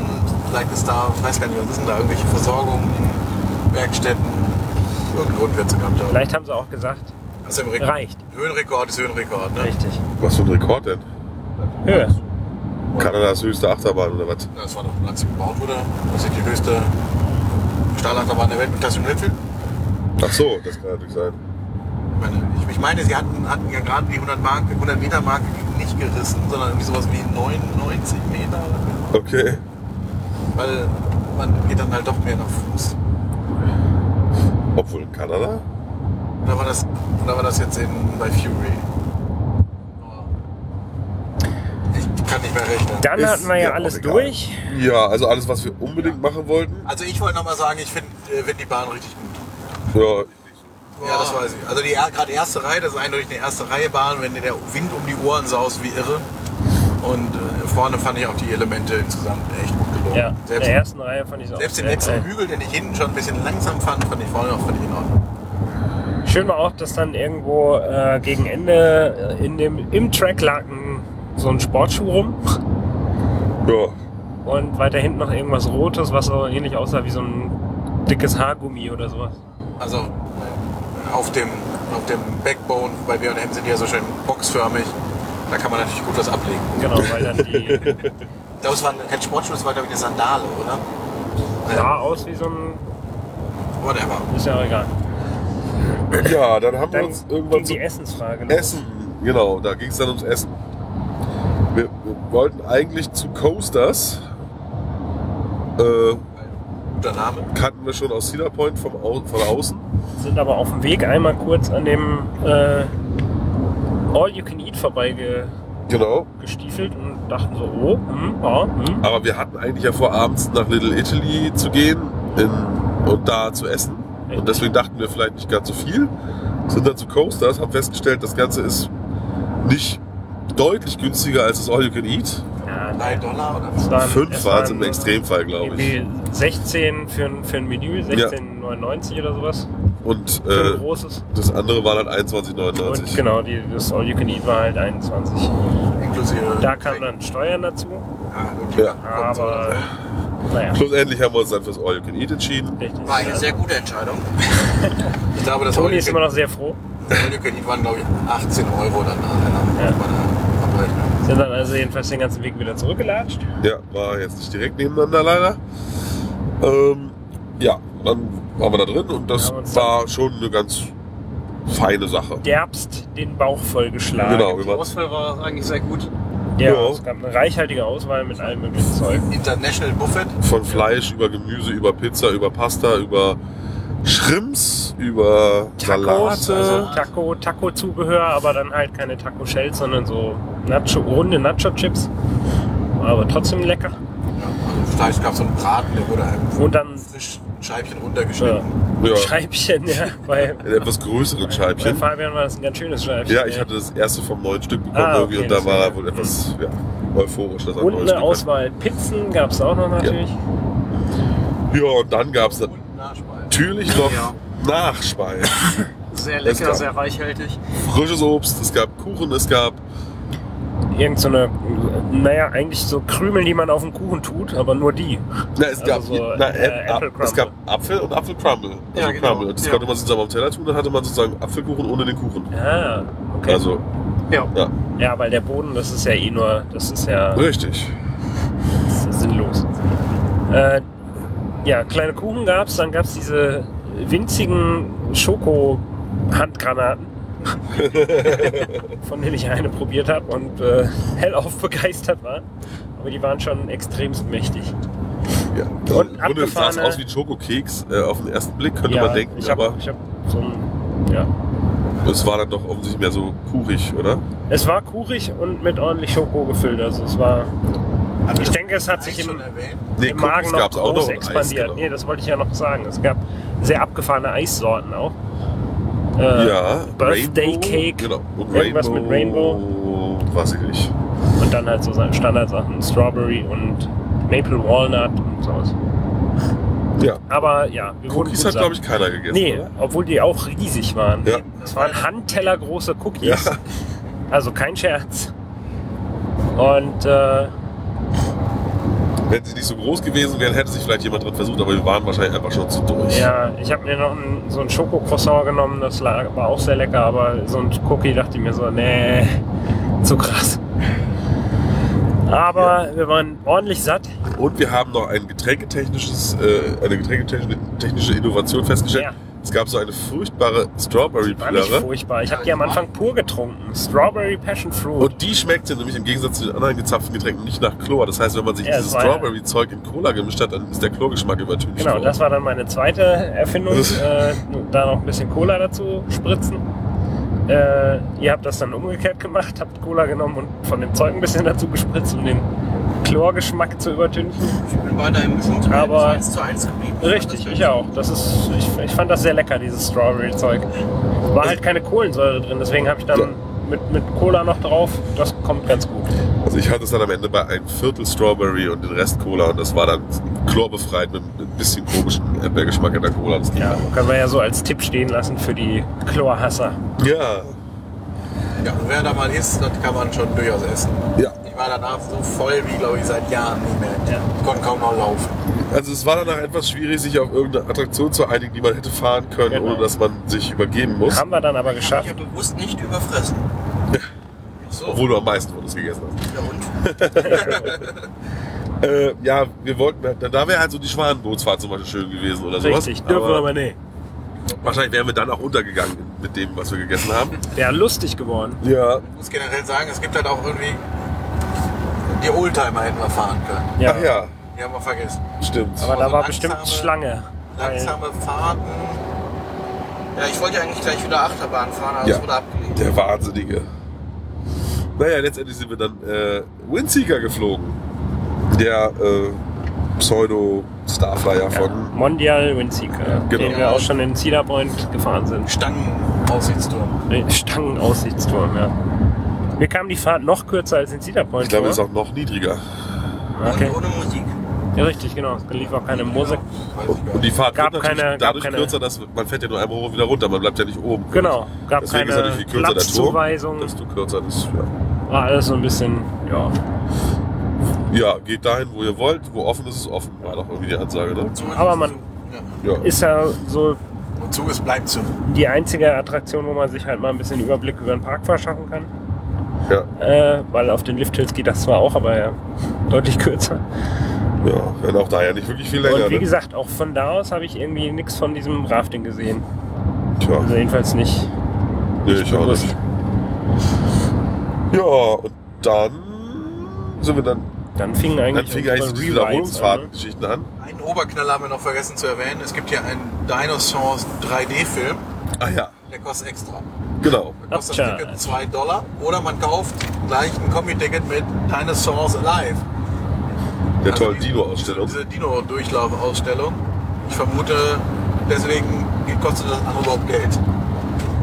Vielleicht ist da, ich weiß gar nicht, was ist denn da, irgendwelche Versorgung in Werkstätten. Irgendeinen Grund wird es gehabt haben. Vielleicht haben sie auch gesagt, Also im Re reicht. Höhenrekord ist Höhenrekord, ne? Richtig. Was für ein Rekord denn? Höhe. Kanadas höchste Achterbahn oder was? Das war doch, als sie gebaut wurde, das ist die höchste Stahlachterbahn der Welt mit Klasse Mittel. Ach so, das kann natürlich sein. Ich meine, ich, ich meine, sie hatten, hatten ja gerade die 100, Mark, 100 Meter Marke nicht gerissen, sondern irgendwie sowas wie 99 Meter. Okay. Weil man geht dann halt doch mehr nach Fuß. Obwohl in Kanada? Da war das, da war das jetzt in, bei Fury. Ich kann nicht mehr rechnen. Dann Ist hatten wir ja mir alles auch egal. durch. Ja, also alles, was wir unbedingt machen wollten. Also ich wollte nochmal sagen, ich finde äh, find die Bahn richtig gut. Ja, Ja, das weiß ich. Also die er- gerade erste Reihe, das ist eindeutig eine erste Reihe Bahn, wenn dir der Wind um die Ohren saust wie irre. Und äh, vorne fand ich auch die Elemente insgesamt echt gut gelungen. Ja, in Selbst, der ersten Reihe fand ich es auch selbst den sehr letzten geil. Hügel, den ich hinten schon ein bisschen langsam fand, fand ich vorne auch völlig in Ordnung. Schön war auch, dass dann irgendwo äh, gegen Ende äh, in dem, im Track lag ein, so ein Sportschuh rum Ja, und weiter hinten noch irgendwas Rotes, was so ähnlich aussah wie so ein dickes Haargummi oder sowas. Also äh, auf dem, auf dem Backbone bei BM sind die ja so schön boxförmig. Da kann man natürlich gut was ablegen. Genau, weil dann die Ich glaube, es war kein Sportschuh, es war, glaube ich, eine Sandale, oder? sah aus wie so ein. Whatever. Ist ja auch egal. ja dann haben wir Dann uns ging irgendwann die zum Essensfrage ne? los. Essen. Genau, da ging es dann ums Essen. Wir, wir wollten eigentlich zu Coasters. Äh, Guter Name. kannten wir schon aus Cedar Point vom Au von außen. Sind aber auf dem Weg einmal kurz an dem äh, All You Can Eat vorbeigestiefelt Genau. und dachten so, oh, hm, ja, hm. Aber wir hatten eigentlich ja vor, abends nach Little Italy zu gehen in, und da zu essen. Und deswegen dachten wir vielleicht nicht ganz so viel. Sind dann zu Coasters, haben festgestellt, das Ganze ist nicht deutlich günstiger als das All You Can Eat. Ja, Drei Dollar oder was? es waren- Fünf waren es im waren, Extremfall, glaube ich. Irgendwie 16 für, ein- für ein Menü, 16,99 oder sowas. Und Für ein äh, großes. das andere war dann Und 21,99. genau, die, das All You Can Eat war halt 21. Inklusive. Da kamen dann Steuern dazu, Ja, gut, Ja. kommt so. ne? aber naja, Schlussendlich haben wir uns dann fürs All You Can Eat entschieden. richtig. War eine sehr gute Entscheidung. Ich glaube, das Toni ist All-You-Can- immer noch sehr froh. All-You-Can-Eat waren, glaube ich, 18 Euro dann nachher. Ja. Ja. Abrechnung. Sind dann also jedenfalls den ganzen Weg wieder zurückgelatscht. Ja, war jetzt nicht direkt nebeneinander leider. Ähm, ja, dann waren wir da drin und das Ja, und war schon eine ganz feine Sache. Derbst den Bauch vollgeschlagen. Genau, wir Die waren, Auswahl war eigentlich sehr gut. Ja, Ja. es gab eine reichhaltige Auswahl mit allem möglichen Zeug. International Buffet. von Fleisch über Gemüse, über Pizza, über Pasta, über Shrimps, über Tacos, Salate. also Taco, Taco-Zubehör, aber dann halt keine Taco-Shells, sondern so Nacho, runde Nacho-Chips. Aber trotzdem lecker. Ja, also Fleisch gab so einen Braten, der wurde einfach Und dann äh, frisch ein Scheibchen runtergeschnitten. ja, Scheibchen, ja. Bei, in etwas größeren bei Scheibchen. Fabian war das ein ganz schönes Scheibchen. Ja, ich hatte das erste vom neuen Stück bekommen Ah, irgendwie okay, und da das war war- hm. er wohl etwas ja, euphorisch, dass er ein Und neues eine Stück hat. Auswahl Pizzen gab es auch noch natürlich. Ja, und dann gab es Und Nachspeise. natürlich noch Ja. Nachspeisen. Sehr Das lecker, gab- sehr reichhaltig. Frisches Obst, es gab Kuchen, es gab Irgend so eine, naja, eigentlich so Krümel, die man auf den Kuchen tut, aber nur die. Na, es gab, Also so, na, äh, Ä- Apple Ap- es gab Apfel und Apfelcrumble. Also Ja, genau. Crumble. Das Ja. konnte man zusammen am Teller tun, dann hatte man sozusagen Apfelkuchen ohne den Kuchen. Ah, okay. Also, Ja. ja, weil der Boden, das ist ja eh nur, das ist ja richtig. das ist sinnlos. Äh, ja, kleine Kuchen gab es, dann gab es diese winzigen Schoko-Handgranaten, von denen ich eine probiert habe und äh, hellauf begeistert war. Aber die waren schon extremst mächtig. Ja. Also, Im Grunde sah es abgefahrene- aus wie ein Schokokeks äh, auf den ersten Blick, könnte ja, man denken, ich habe aber hab so ein, ja, es war dann doch offensichtlich mehr so kuchig, oder? Es war kuchig und mit ordentlich Schoko gefüllt. Also es war. Ich denke, es hat sich Eis im, schon erwähnt. Nee, im Magen Kuchen noch gab's groß und Eis, expandiert. genau. Nee, das wollte ich ja noch sagen. Es gab sehr abgefahrene Eissorten auch. Äh, ja, Birthday Rainbow, Cake, Genau. Und irgendwas mit Weiß ich nicht. Und dann halt so Standardsachen, Strawberry und Maple Walnut und sowas. Ja. Aber ja, wir wurden Cookies gut hat, glaube ich, satt. keiner gegessen. Nee, oder? obwohl die auch riesig waren. Ja. Es waren handtellergroße Ja. Cookies. Also kein Scherz. Und äh, Wenn sie nicht so groß gewesen wären, hätte sich vielleicht jemand dran versucht, aber wir waren wahrscheinlich einfach schon zu durch. Ja, ich habe mir noch ein, so ein Schokocroissant genommen, das lag, war auch sehr lecker, aber so ein Cookie dachte ich mir so, nee, zu krass. Aber wir waren ordentlich satt. Und wir haben noch ein getränketechnisches, äh, eine getränketechnische Innovation festgestellt. Ja. Es gab so eine furchtbare Strawberry War nicht Plörre. furchtbar. Ich habe die am Anfang pur getrunken. Strawberry Passion Fruit. Und die schmeckte nämlich im Gegensatz zu den anderen gezapften Getränken nicht nach Chlor. Das heißt, wenn man sich Ja, dieses es war ja- Strawberry-Zeug in Cola gemischt hat, dann ist der Chlorgeschmack übertüncht Genau, worden. das war dann meine zweite Erfindung. Das- äh, da noch ein bisschen Cola dazu spritzen. Äh, ihr habt das dann umgekehrt gemacht, habt Cola genommen und von dem Zeug ein bisschen dazu gespritzt, um den Chlorgeschmack zu übertünchen. Ich bin bei deinem Gefühl Aber- 1 zu 1 geblieben. Richtig, ich auch. Das ist, ich, ich fand das sehr lecker, dieses Strawberry-Zeug. War halt keine Kohlensäure drin, deswegen habe ich dann Ja. mit, mit Cola noch drauf. Das kommt ganz gut. Also ich hatte es dann am Ende bei ein Viertel Strawberry und den Rest Cola und das war dann chlorbefreit mit ein bisschen komischen Erdbeergeschmack in der Cola. Das ging Ja, können wir ja so als Tipp stehen lassen für die Chlorhasser. aber. ja. Ja, und wer da mal isst, das kann man schon durchaus essen. Ja. Ich war danach so voll wie, glaube ich, seit Jahren nicht mehr. Ja. Ich konnte kaum noch laufen. Also es war danach etwas schwierig, sich auf irgendeine Attraktion zu einigen, die man hätte fahren können, Genau. ohne dass man sich übergeben muss. Haben wir dann aber Ich habe geschafft. mich ja bewusst nicht überfressen. So. Obwohl du am meisten von uns gegessen hast. Ja, und? Äh, ja, wir wollten, halt- da wäre halt so die Schwanenbootsfahrt zum Beispiel schön gewesen oder sowas. Richtig, dürfen wir aber nicht. Wahrscheinlich wären wir dann auch untergegangen mit dem, was wir gegessen haben. Wäre lustig geworden. Ja. Ich muss generell sagen, es gibt halt auch irgendwie. Die Oldtimer hätten wir fahren können. Ja. Ach ja, Die haben wir vergessen. stimmt. Aber Also da war langsame- bestimmt Schlange. Weil Langsame Fahrten. Ja, ich wollte ja eigentlich gleich wieder Achterbahn fahren, aber Ja. es wurde abgelehnt. Der Wahnsinnige. Naja, letztendlich sind wir dann äh, Windseeker geflogen. Der äh, Pseudo-Starflyer von Mondial Windseeker, genau. den wir auch schon in Cedar Point gefahren sind. Stangen-Aussichtsturm. Stangenaussichtsturm, ja. Mir kam die Fahrt noch kürzer als in Cedar Point. Ich glaube, vor. ist auch noch niedriger. okay. Und ohne Musik. Ja, richtig, genau. Es lief auch keine Musik. Weiß ich gar Und nicht. die Fahrt Gab wird natürlich keine- gab dadurch keine- kürzer, dass man fährt ja nur einmal hoch und wieder runter, man bleibt ja nicht oben. Genau, gab Deswegen ist keine natürlich viel kürzer der Turm. Platzzuweisung. Desto kürzer ist ja. War alles so ein bisschen, ja. ja, geht dahin, wo ihr wollt, wo offen ist, ist offen. War doch irgendwie die Ansage, ne? Zug ist Aber man- Zug. Ja. Ja. Ist ja so Und Zug ist bleibt Zug. die einzige Attraktion, wo man sich halt mal ein bisschen Überblick über den Park verschaffen kann. Ja. Äh, weil auf den Lifthills geht das zwar auch, aber ja, deutlich kürzer. ja, wenn auch da ja nicht wirklich viel länger. Und wie ne? gesagt, auch von da aus habe ich irgendwie nichts von diesem Rafting gesehen. Tja, Also jedenfalls nicht. nee, ich auch bewusst. nicht. Ja, und dann sind wir dann, Dann fing dann eigentlich, fing eigentlich unsere diese Rewrites an, ne? Wiederholungsfahrtengeschichten an. Einen Oberknaller haben wir noch vergessen zu erwähnen. Es gibt hier einen Dinosaurs 3D-Film. Ah ja, Der kostet extra. genau. Da kostet Upcharge. das Ticket 2 Dollar. Oder man kauft gleich ein Kombi-Ticket mit Dinosaurs Alive. Der tollen die- Dino-Ausstellung. Diese Dino-Durchlauf-Ausstellung. Ich vermute, deswegen kostet das auch überhaupt Geld.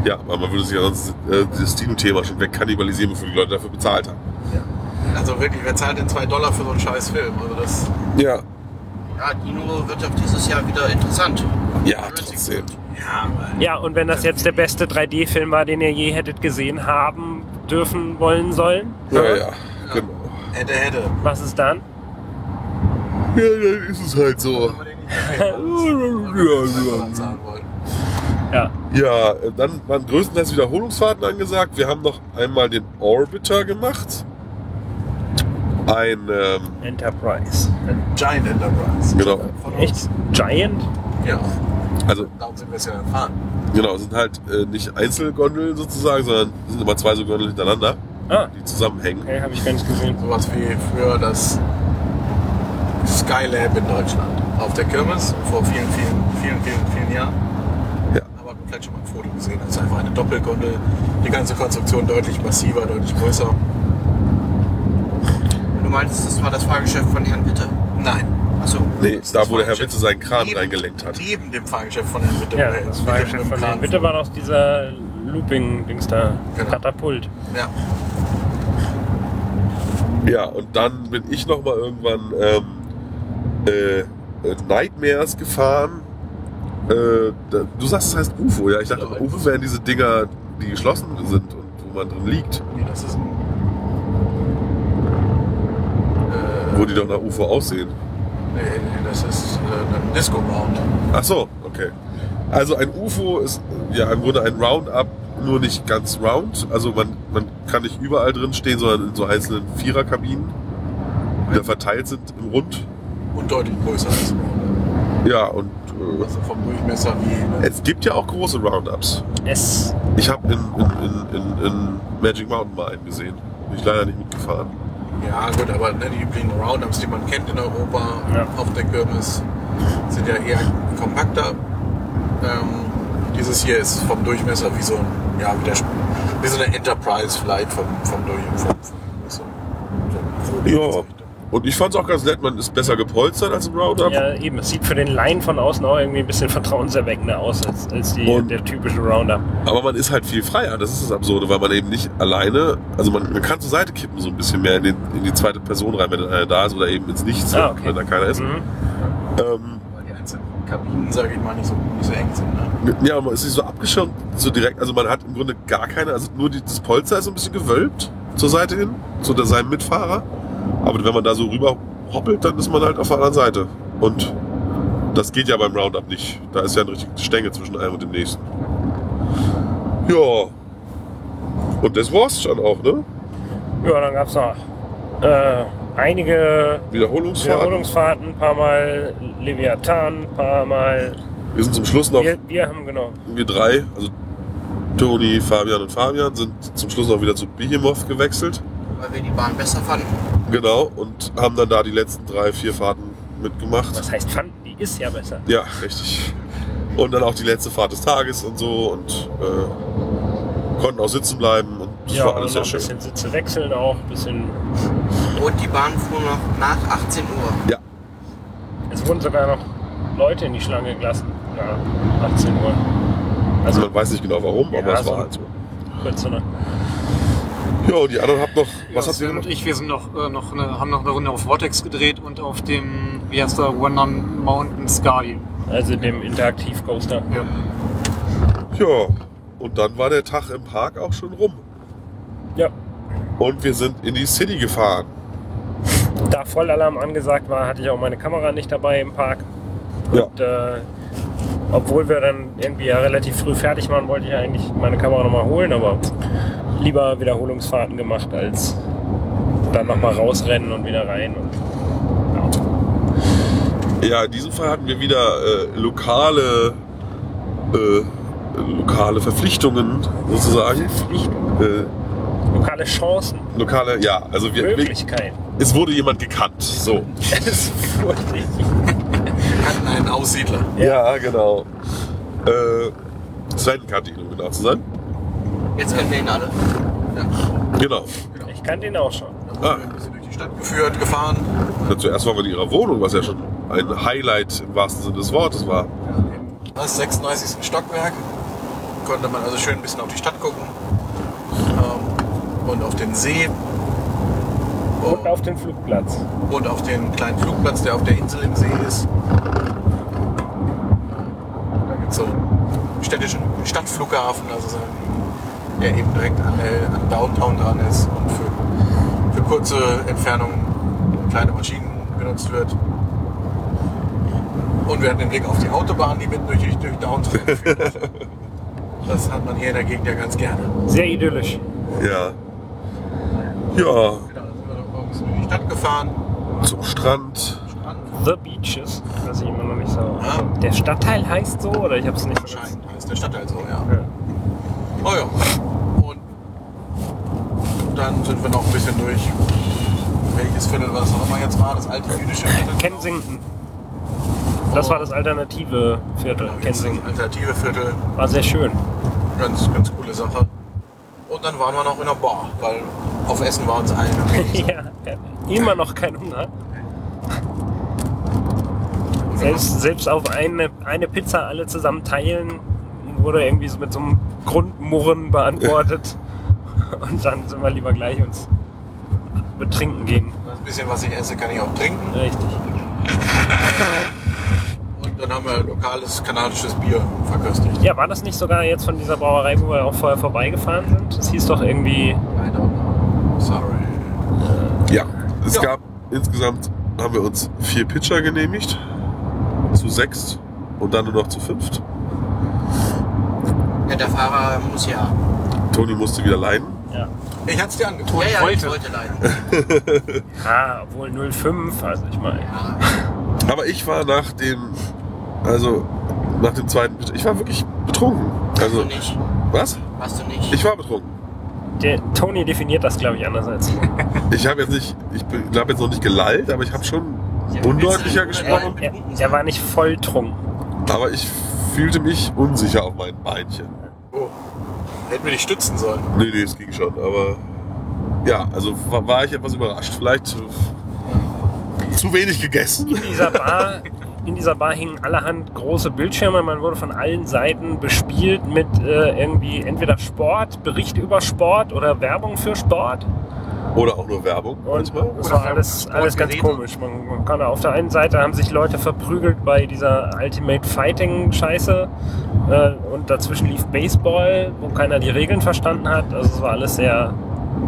Ja, aber man würde sich ja sonst äh, dieses Dino-Thema schon wegkannibalisieren, bevor die Leute dafür bezahlt haben. Also wirklich, wer zahlt denn 2 Dollar für so einen scheiß Film? Also das, Ja, Ja, Dino wird auch dieses Jahr wieder interessant. ja, trotzdem. ja, ne? Ja, und wenn das jetzt der beste 3D-Film war, den ihr je hättet gesehen haben dürfen, wollen, sollen, Ja, ja, genau. hätte, hätte. was ist dann? Ja, dann ist es halt so. Wenn wir den nicht zahlen wollen. Ja, Ja, äh, dann waren größtenteils Wiederholungsfahrten angesagt. Wir haben noch einmal den Orbiter gemacht. Ein, ähm, Enterprise. Giant Enterprise. Genau. Von uns. Echt? Giant? Ja. also Darum sind wir es ja erfahren. genau, es sind halt äh, nicht Einzelgondeln sozusagen, sondern es sind immer zwei so Gondeln hintereinander, Ah, die zusammenhängen. okay, habe ich gar nicht gesehen. Sowas wie früher das Skylab in Deutschland. Auf der Kirmes vor vielen, vielen, vielen, vielen, vielen Jahren. Ja. Aber man vielleicht schon mal ein Foto gesehen. Das ist einfach eine Doppelgondel. Die ganze Konstruktion deutlich massiver, deutlich größer. Du meinst, das war das Fahrgeschäft von Herrn Bitte? Nein. Achso. Nee, da wo der Herr Witze seinen Kran Neben- reingelenkt hat. Neben dem Fahrgeschäft von Herrn Witte. Ja, Äh, das mit war dem- ja schon mit dem von Kran. denen. Bitte war noch dieser Looping-Dings da. Genau. Katapult. Ja. Ja, und dann bin ich nochmal irgendwann ähm, äh, äh, Nightmares gefahren. Äh, da, du sagst, es heißt UFO, ja. Ich dachte, Genau. UFO wären diese Dinger, die geschlossen sind und wo man drin liegt. Nee, das ist ein. Wo die doch nach UFO aussehen. Nee, nee, das ist äh, ein Disco-Round. Ach so, okay. Also ein UFO ist äh, ja im Grunde ein Roundup, nur nicht ganz round. Also man, man kann nicht überall drin stehen, sondern in so einzelnen Viererkabinen, die da verteilt sind im Rund. Und deutlich größer als Ja, und äh, also vom Durchmesser wie. es gibt ja auch große Roundups. Es. Ich habe in, in, in, in, in Magic Mountain mal einen gesehen. Bin ich leider nicht mitgefahren. Ja, gut, aber ne, die üblichen Roundups, die man kennt in Europa Ja. auf der Kirmes, sind ja eher kompakter. Ähm, dieses hier ist vom Durchmesser wie so ein, ja, wie, der, wie so eine Enterprise vielleicht vom, vom Durchmesser. So, so, so Ja. Und ich fand es auch ganz nett, man ist besser gepolstert als im Roundup. Ja, eben. Es sieht für den Laien von außen auch irgendwie ein bisschen vertrauenserweckender aus als, als die, Und- der typische Roundup. Aber man ist halt viel freier, das ist das Absurde, weil man eben nicht alleine, also man, man kann zur Seite kippen, so ein bisschen mehr in, den, in die zweite Person rein, wenn einer da ist oder eben ins Nichts, Ah, okay. wenn da keiner ist. Mhm. Ähm, Weil die einzelnen Kabinen, sage ich mal, nicht so, nicht so eng sind. Ne? ja, man ist nicht so abgeschirmt, so direkt, also man hat im Grunde gar keine, also nur die, das Polster ist so ein bisschen gewölbt zur Seite hin, zu der, seinem Mitfahrer. Aber wenn man da so rüber hoppelt, dann ist man halt auf der anderen Seite. Und das geht ja beim Roundup nicht. Da ist ja eine richtige Stänge zwischen einem und dem nächsten. Ja. Und das war's schon auch, ne? Ja, dann gab's noch äh, einige Wiederholungsfahrt. Wiederholungsfahrten, ein paar Mal Leviathan, ein paar Mal. Wir sind zum Schluss noch, wir, Wir, wir haben genau. drei, also Toni, Fabian und Fabian, sind zum Schluss noch wieder zu Behemoth gewechselt. weil wir die Bahn besser fanden. Genau, und haben dann da die letzten drei, vier Fahrten mitgemacht. Was heißt fanden? Die ist ja besser. Ja, richtig. Und dann auch die letzte Fahrt des Tages und so und äh, konnten auch sitzen bleiben und das war alles noch sehr ein schön. bisschen Sitze wechseln auch, ein bisschen. Und die Bahn fuhr noch nach 18 Uhr. Es wurden sogar noch Leute in die Schlange gelassen. Ja, 18 Uhr. Also Also man weiß nicht genau warum, Ja, aber es so- war halt so. kurz so nach. Ja, und die anderen habt noch, was habt ihr Sven und noch? ich, wir sind noch, äh, noch eine, haben noch eine Runde auf Vortex gedreht und auf dem, wie heißt der, Wonder Mountain Sky. Also dem Interaktiv-Coaster. Ja. Ja, und dann war der Tag im Park auch schon rum. Ja. Und wir sind in die City gefahren. Da Vollalarm angesagt war, hatte ich auch meine Kamera nicht dabei im Park. Ja. Und äh, obwohl wir dann irgendwie ja relativ früh fertig waren, wollte ich eigentlich meine Kamera nochmal holen, aber lieber Wiederholungsfahrten gemacht, als dann nochmal rausrennen und wieder rein. Und, Ja, in diesem Fall hatten wir wieder äh, lokale, äh, lokale Verpflichtungen sozusagen. Äh, lokale Chancen, lokale, ja, also wir, wir, Möglichkeiten. es wurde jemand gekannt. So. Es wurde- Wir hatten einen Aussiedler. Ja, genau. Äh, Sven kannte ihn, um genau zu sein. Jetzt kennen wir ihn alle. Genau. ich kannte ihn auch schon. Da Ah. wurden wir ein bisschen durch die Stadt geführt, gefahren. Na, zuerst waren wir in ihrer Wohnung, was ja schon ein Highlight im wahrsten Sinne des Wortes war. Das 36. Stockwerk. Konnte man also schön ein bisschen auf die Stadt gucken. Ähm, und auf den See. Und auf dem Flugplatz. und auf den kleinen Flugplatz, der auf der Insel im See ist. Da gibt es so einen städtischen Stadtflughafen, also so einen, der eben direkt an, äh, an Downtown dran ist und für, für kurze Entfernungen kleine Maschinen benutzt wird. Und wir hatten den Blick auf die Autobahn, die mitten durch, die- durch Downtown führt. Das hat man hier in der Gegend ja ganz gerne. Sehr idyllisch. Ja. Ja, Genau, dann sind wir doch morgens durch die Stadt gefahren. zum Strand. The Beaches, was ich immer noch nicht so. Ja. Der Stadtteil heißt so oder ich habe es nicht verstanden. Scheint, heißt der Stadtteil so, ja. Ja. Oh ja. Und dann sind wir noch ein bisschen durch. Welches Viertel war es auch immer jetzt war? Das alte jüdische Viertel. Kensington. Das war das alternative Viertel, Kensing. Kensington. Alternative Viertel. War sehr schön. Ganz, ganz coole Sache. Und dann waren wir noch in einer Bar, weil auf Essen war uns allen. Und ja, ja. immer noch kein Hunger. Selbst, selbst auf eine, eine Pizza alle zusammen teilen, wurde irgendwie so mit so einem Grundmurren beantwortet. Und dann sind wir lieber gleich uns betrinken gehen. Das bisschen, was ich esse, kann ich auch trinken. Richtig. Und dann haben wir lokales kanadisches Bier verköstigt. Ja, war das nicht sogar jetzt von dieser Brauerei, wo wir auch vorher vorbeigefahren sind? Das hieß doch irgendwie. I don't know. Sorry. Ja, es Ja. gab insgesamt haben wir uns vier Pitcher genehmigt. Zu sechst und dann nur noch zu fünft. Ja, der Fahrer muss ja. Toni musste wieder leiden. Ja. Ich hatte es dir Oh, angeboten. ja, ja, wollte. ich wollte leiden. Also Ah, obwohl 05, also ich meine. Aber ich war nach dem, also nach dem zweiten Pitcher, ich war wirklich betrunken. Warst du Also, nicht. was? Warst du nicht. Ich war betrunken. Der Tony definiert das, glaube ich, anders als du. Ich habe jetzt nicht, ich habe jetzt noch nicht gelallt, aber ich habe schon Ja, undeutlicher willst du- gesprochen. er, er war nicht volltrunken. Aber ich fühlte mich unsicher auf meinen Beinchen. Oh. Hätten wir dich stützen sollen. Nee, nee, es ging schon, aber ja, also war, war ich etwas überrascht. Vielleicht zu wenig gegessen. in dieser Bar, in dieser Bar hingen allerhand große Bildschirme. Man wurde von allen Seiten bespielt mit äh, irgendwie entweder Sport, Bericht über Sport oder Werbung für Sport. Oder auch nur Werbung Und manchmal. das Oder war alles, alles ganz Sportgeräte. komisch. Man, man kann auf der einen Seite haben sich Leute verprügelt bei dieser Ultimate Fighting Scheiße äh, und dazwischen lief Baseball, wo keiner die Regeln verstanden hat. Also es war alles sehr,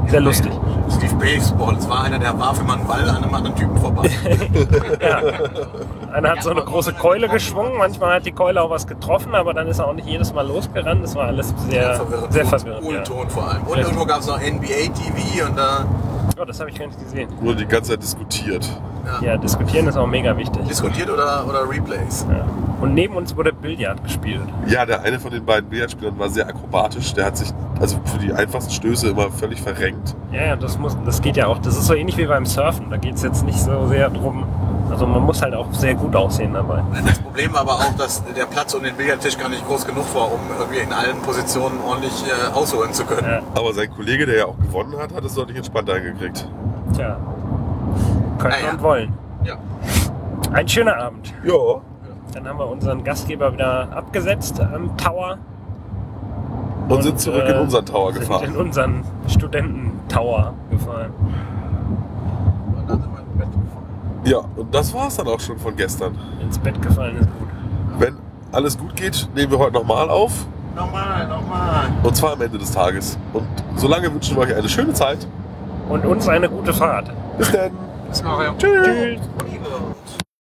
sehr lustig. Steve Baseball, es war einer, der warf immer einen Ball an einem anderen Typen vorbei. Einer hat so eine große Keule geschwungen, manchmal hat die Keule auch was getroffen, aber dann ist er auch nicht jedes Mal losgerannt. Das war alles sehr, verwirrend. sehr Und verwirrend. Ohne Ja. Ton vor allem. Und Ja. irgendwo gab es noch NBA TV und da Oh, das habe ich gar nicht gesehen. Wurde die ganze Zeit diskutiert. Ja, diskutieren ist auch mega wichtig. diskutiert oder, oder Replays. Ja. Und neben uns wurde Billard gespielt. Ja, der eine von den beiden Billardspielern war sehr akrobatisch. Der hat sich also für die einfachsten Stöße immer völlig verrenkt. Ja, ja, das, muss, das geht ja auch. Das ist so ähnlich wie beim Surfen. Da geht es jetzt nicht so sehr drum. Also man muss halt auch sehr gut aussehen dabei. Das Problem war aber auch, dass der Platz um den Billardtisch gar nicht groß genug war, um irgendwie in allen Positionen ordentlich äh, ausholen zu können. Ja. Aber sein Kollege, der ja auch gewonnen hat, hat es deutlich entspannter gekriegt. Tja. Können Naja. und wollen. Ah, Ja. Ein schöner Abend. Ja. Dann haben wir unseren Gastgeber wieder abgesetzt am Tower. Und, sind zurück in äh, unseren Tower sind In gefahren. unseren Studenten-Tower gefahren. Und dann sind wir ins Bett gefahren. Ja, und das war's dann auch schon von gestern. Ins Bett gefallen ist gut. Wenn alles gut geht, nehmen wir heute nochmal auf. Nochmal, nochmal. Und zwar am Ende des Tages. Und solange wünschen wir euch eine schöne Zeit. Und uns eine gute Fahrt. Bis dann. Bis nachher. Tschüss. Tschüss. Lieber.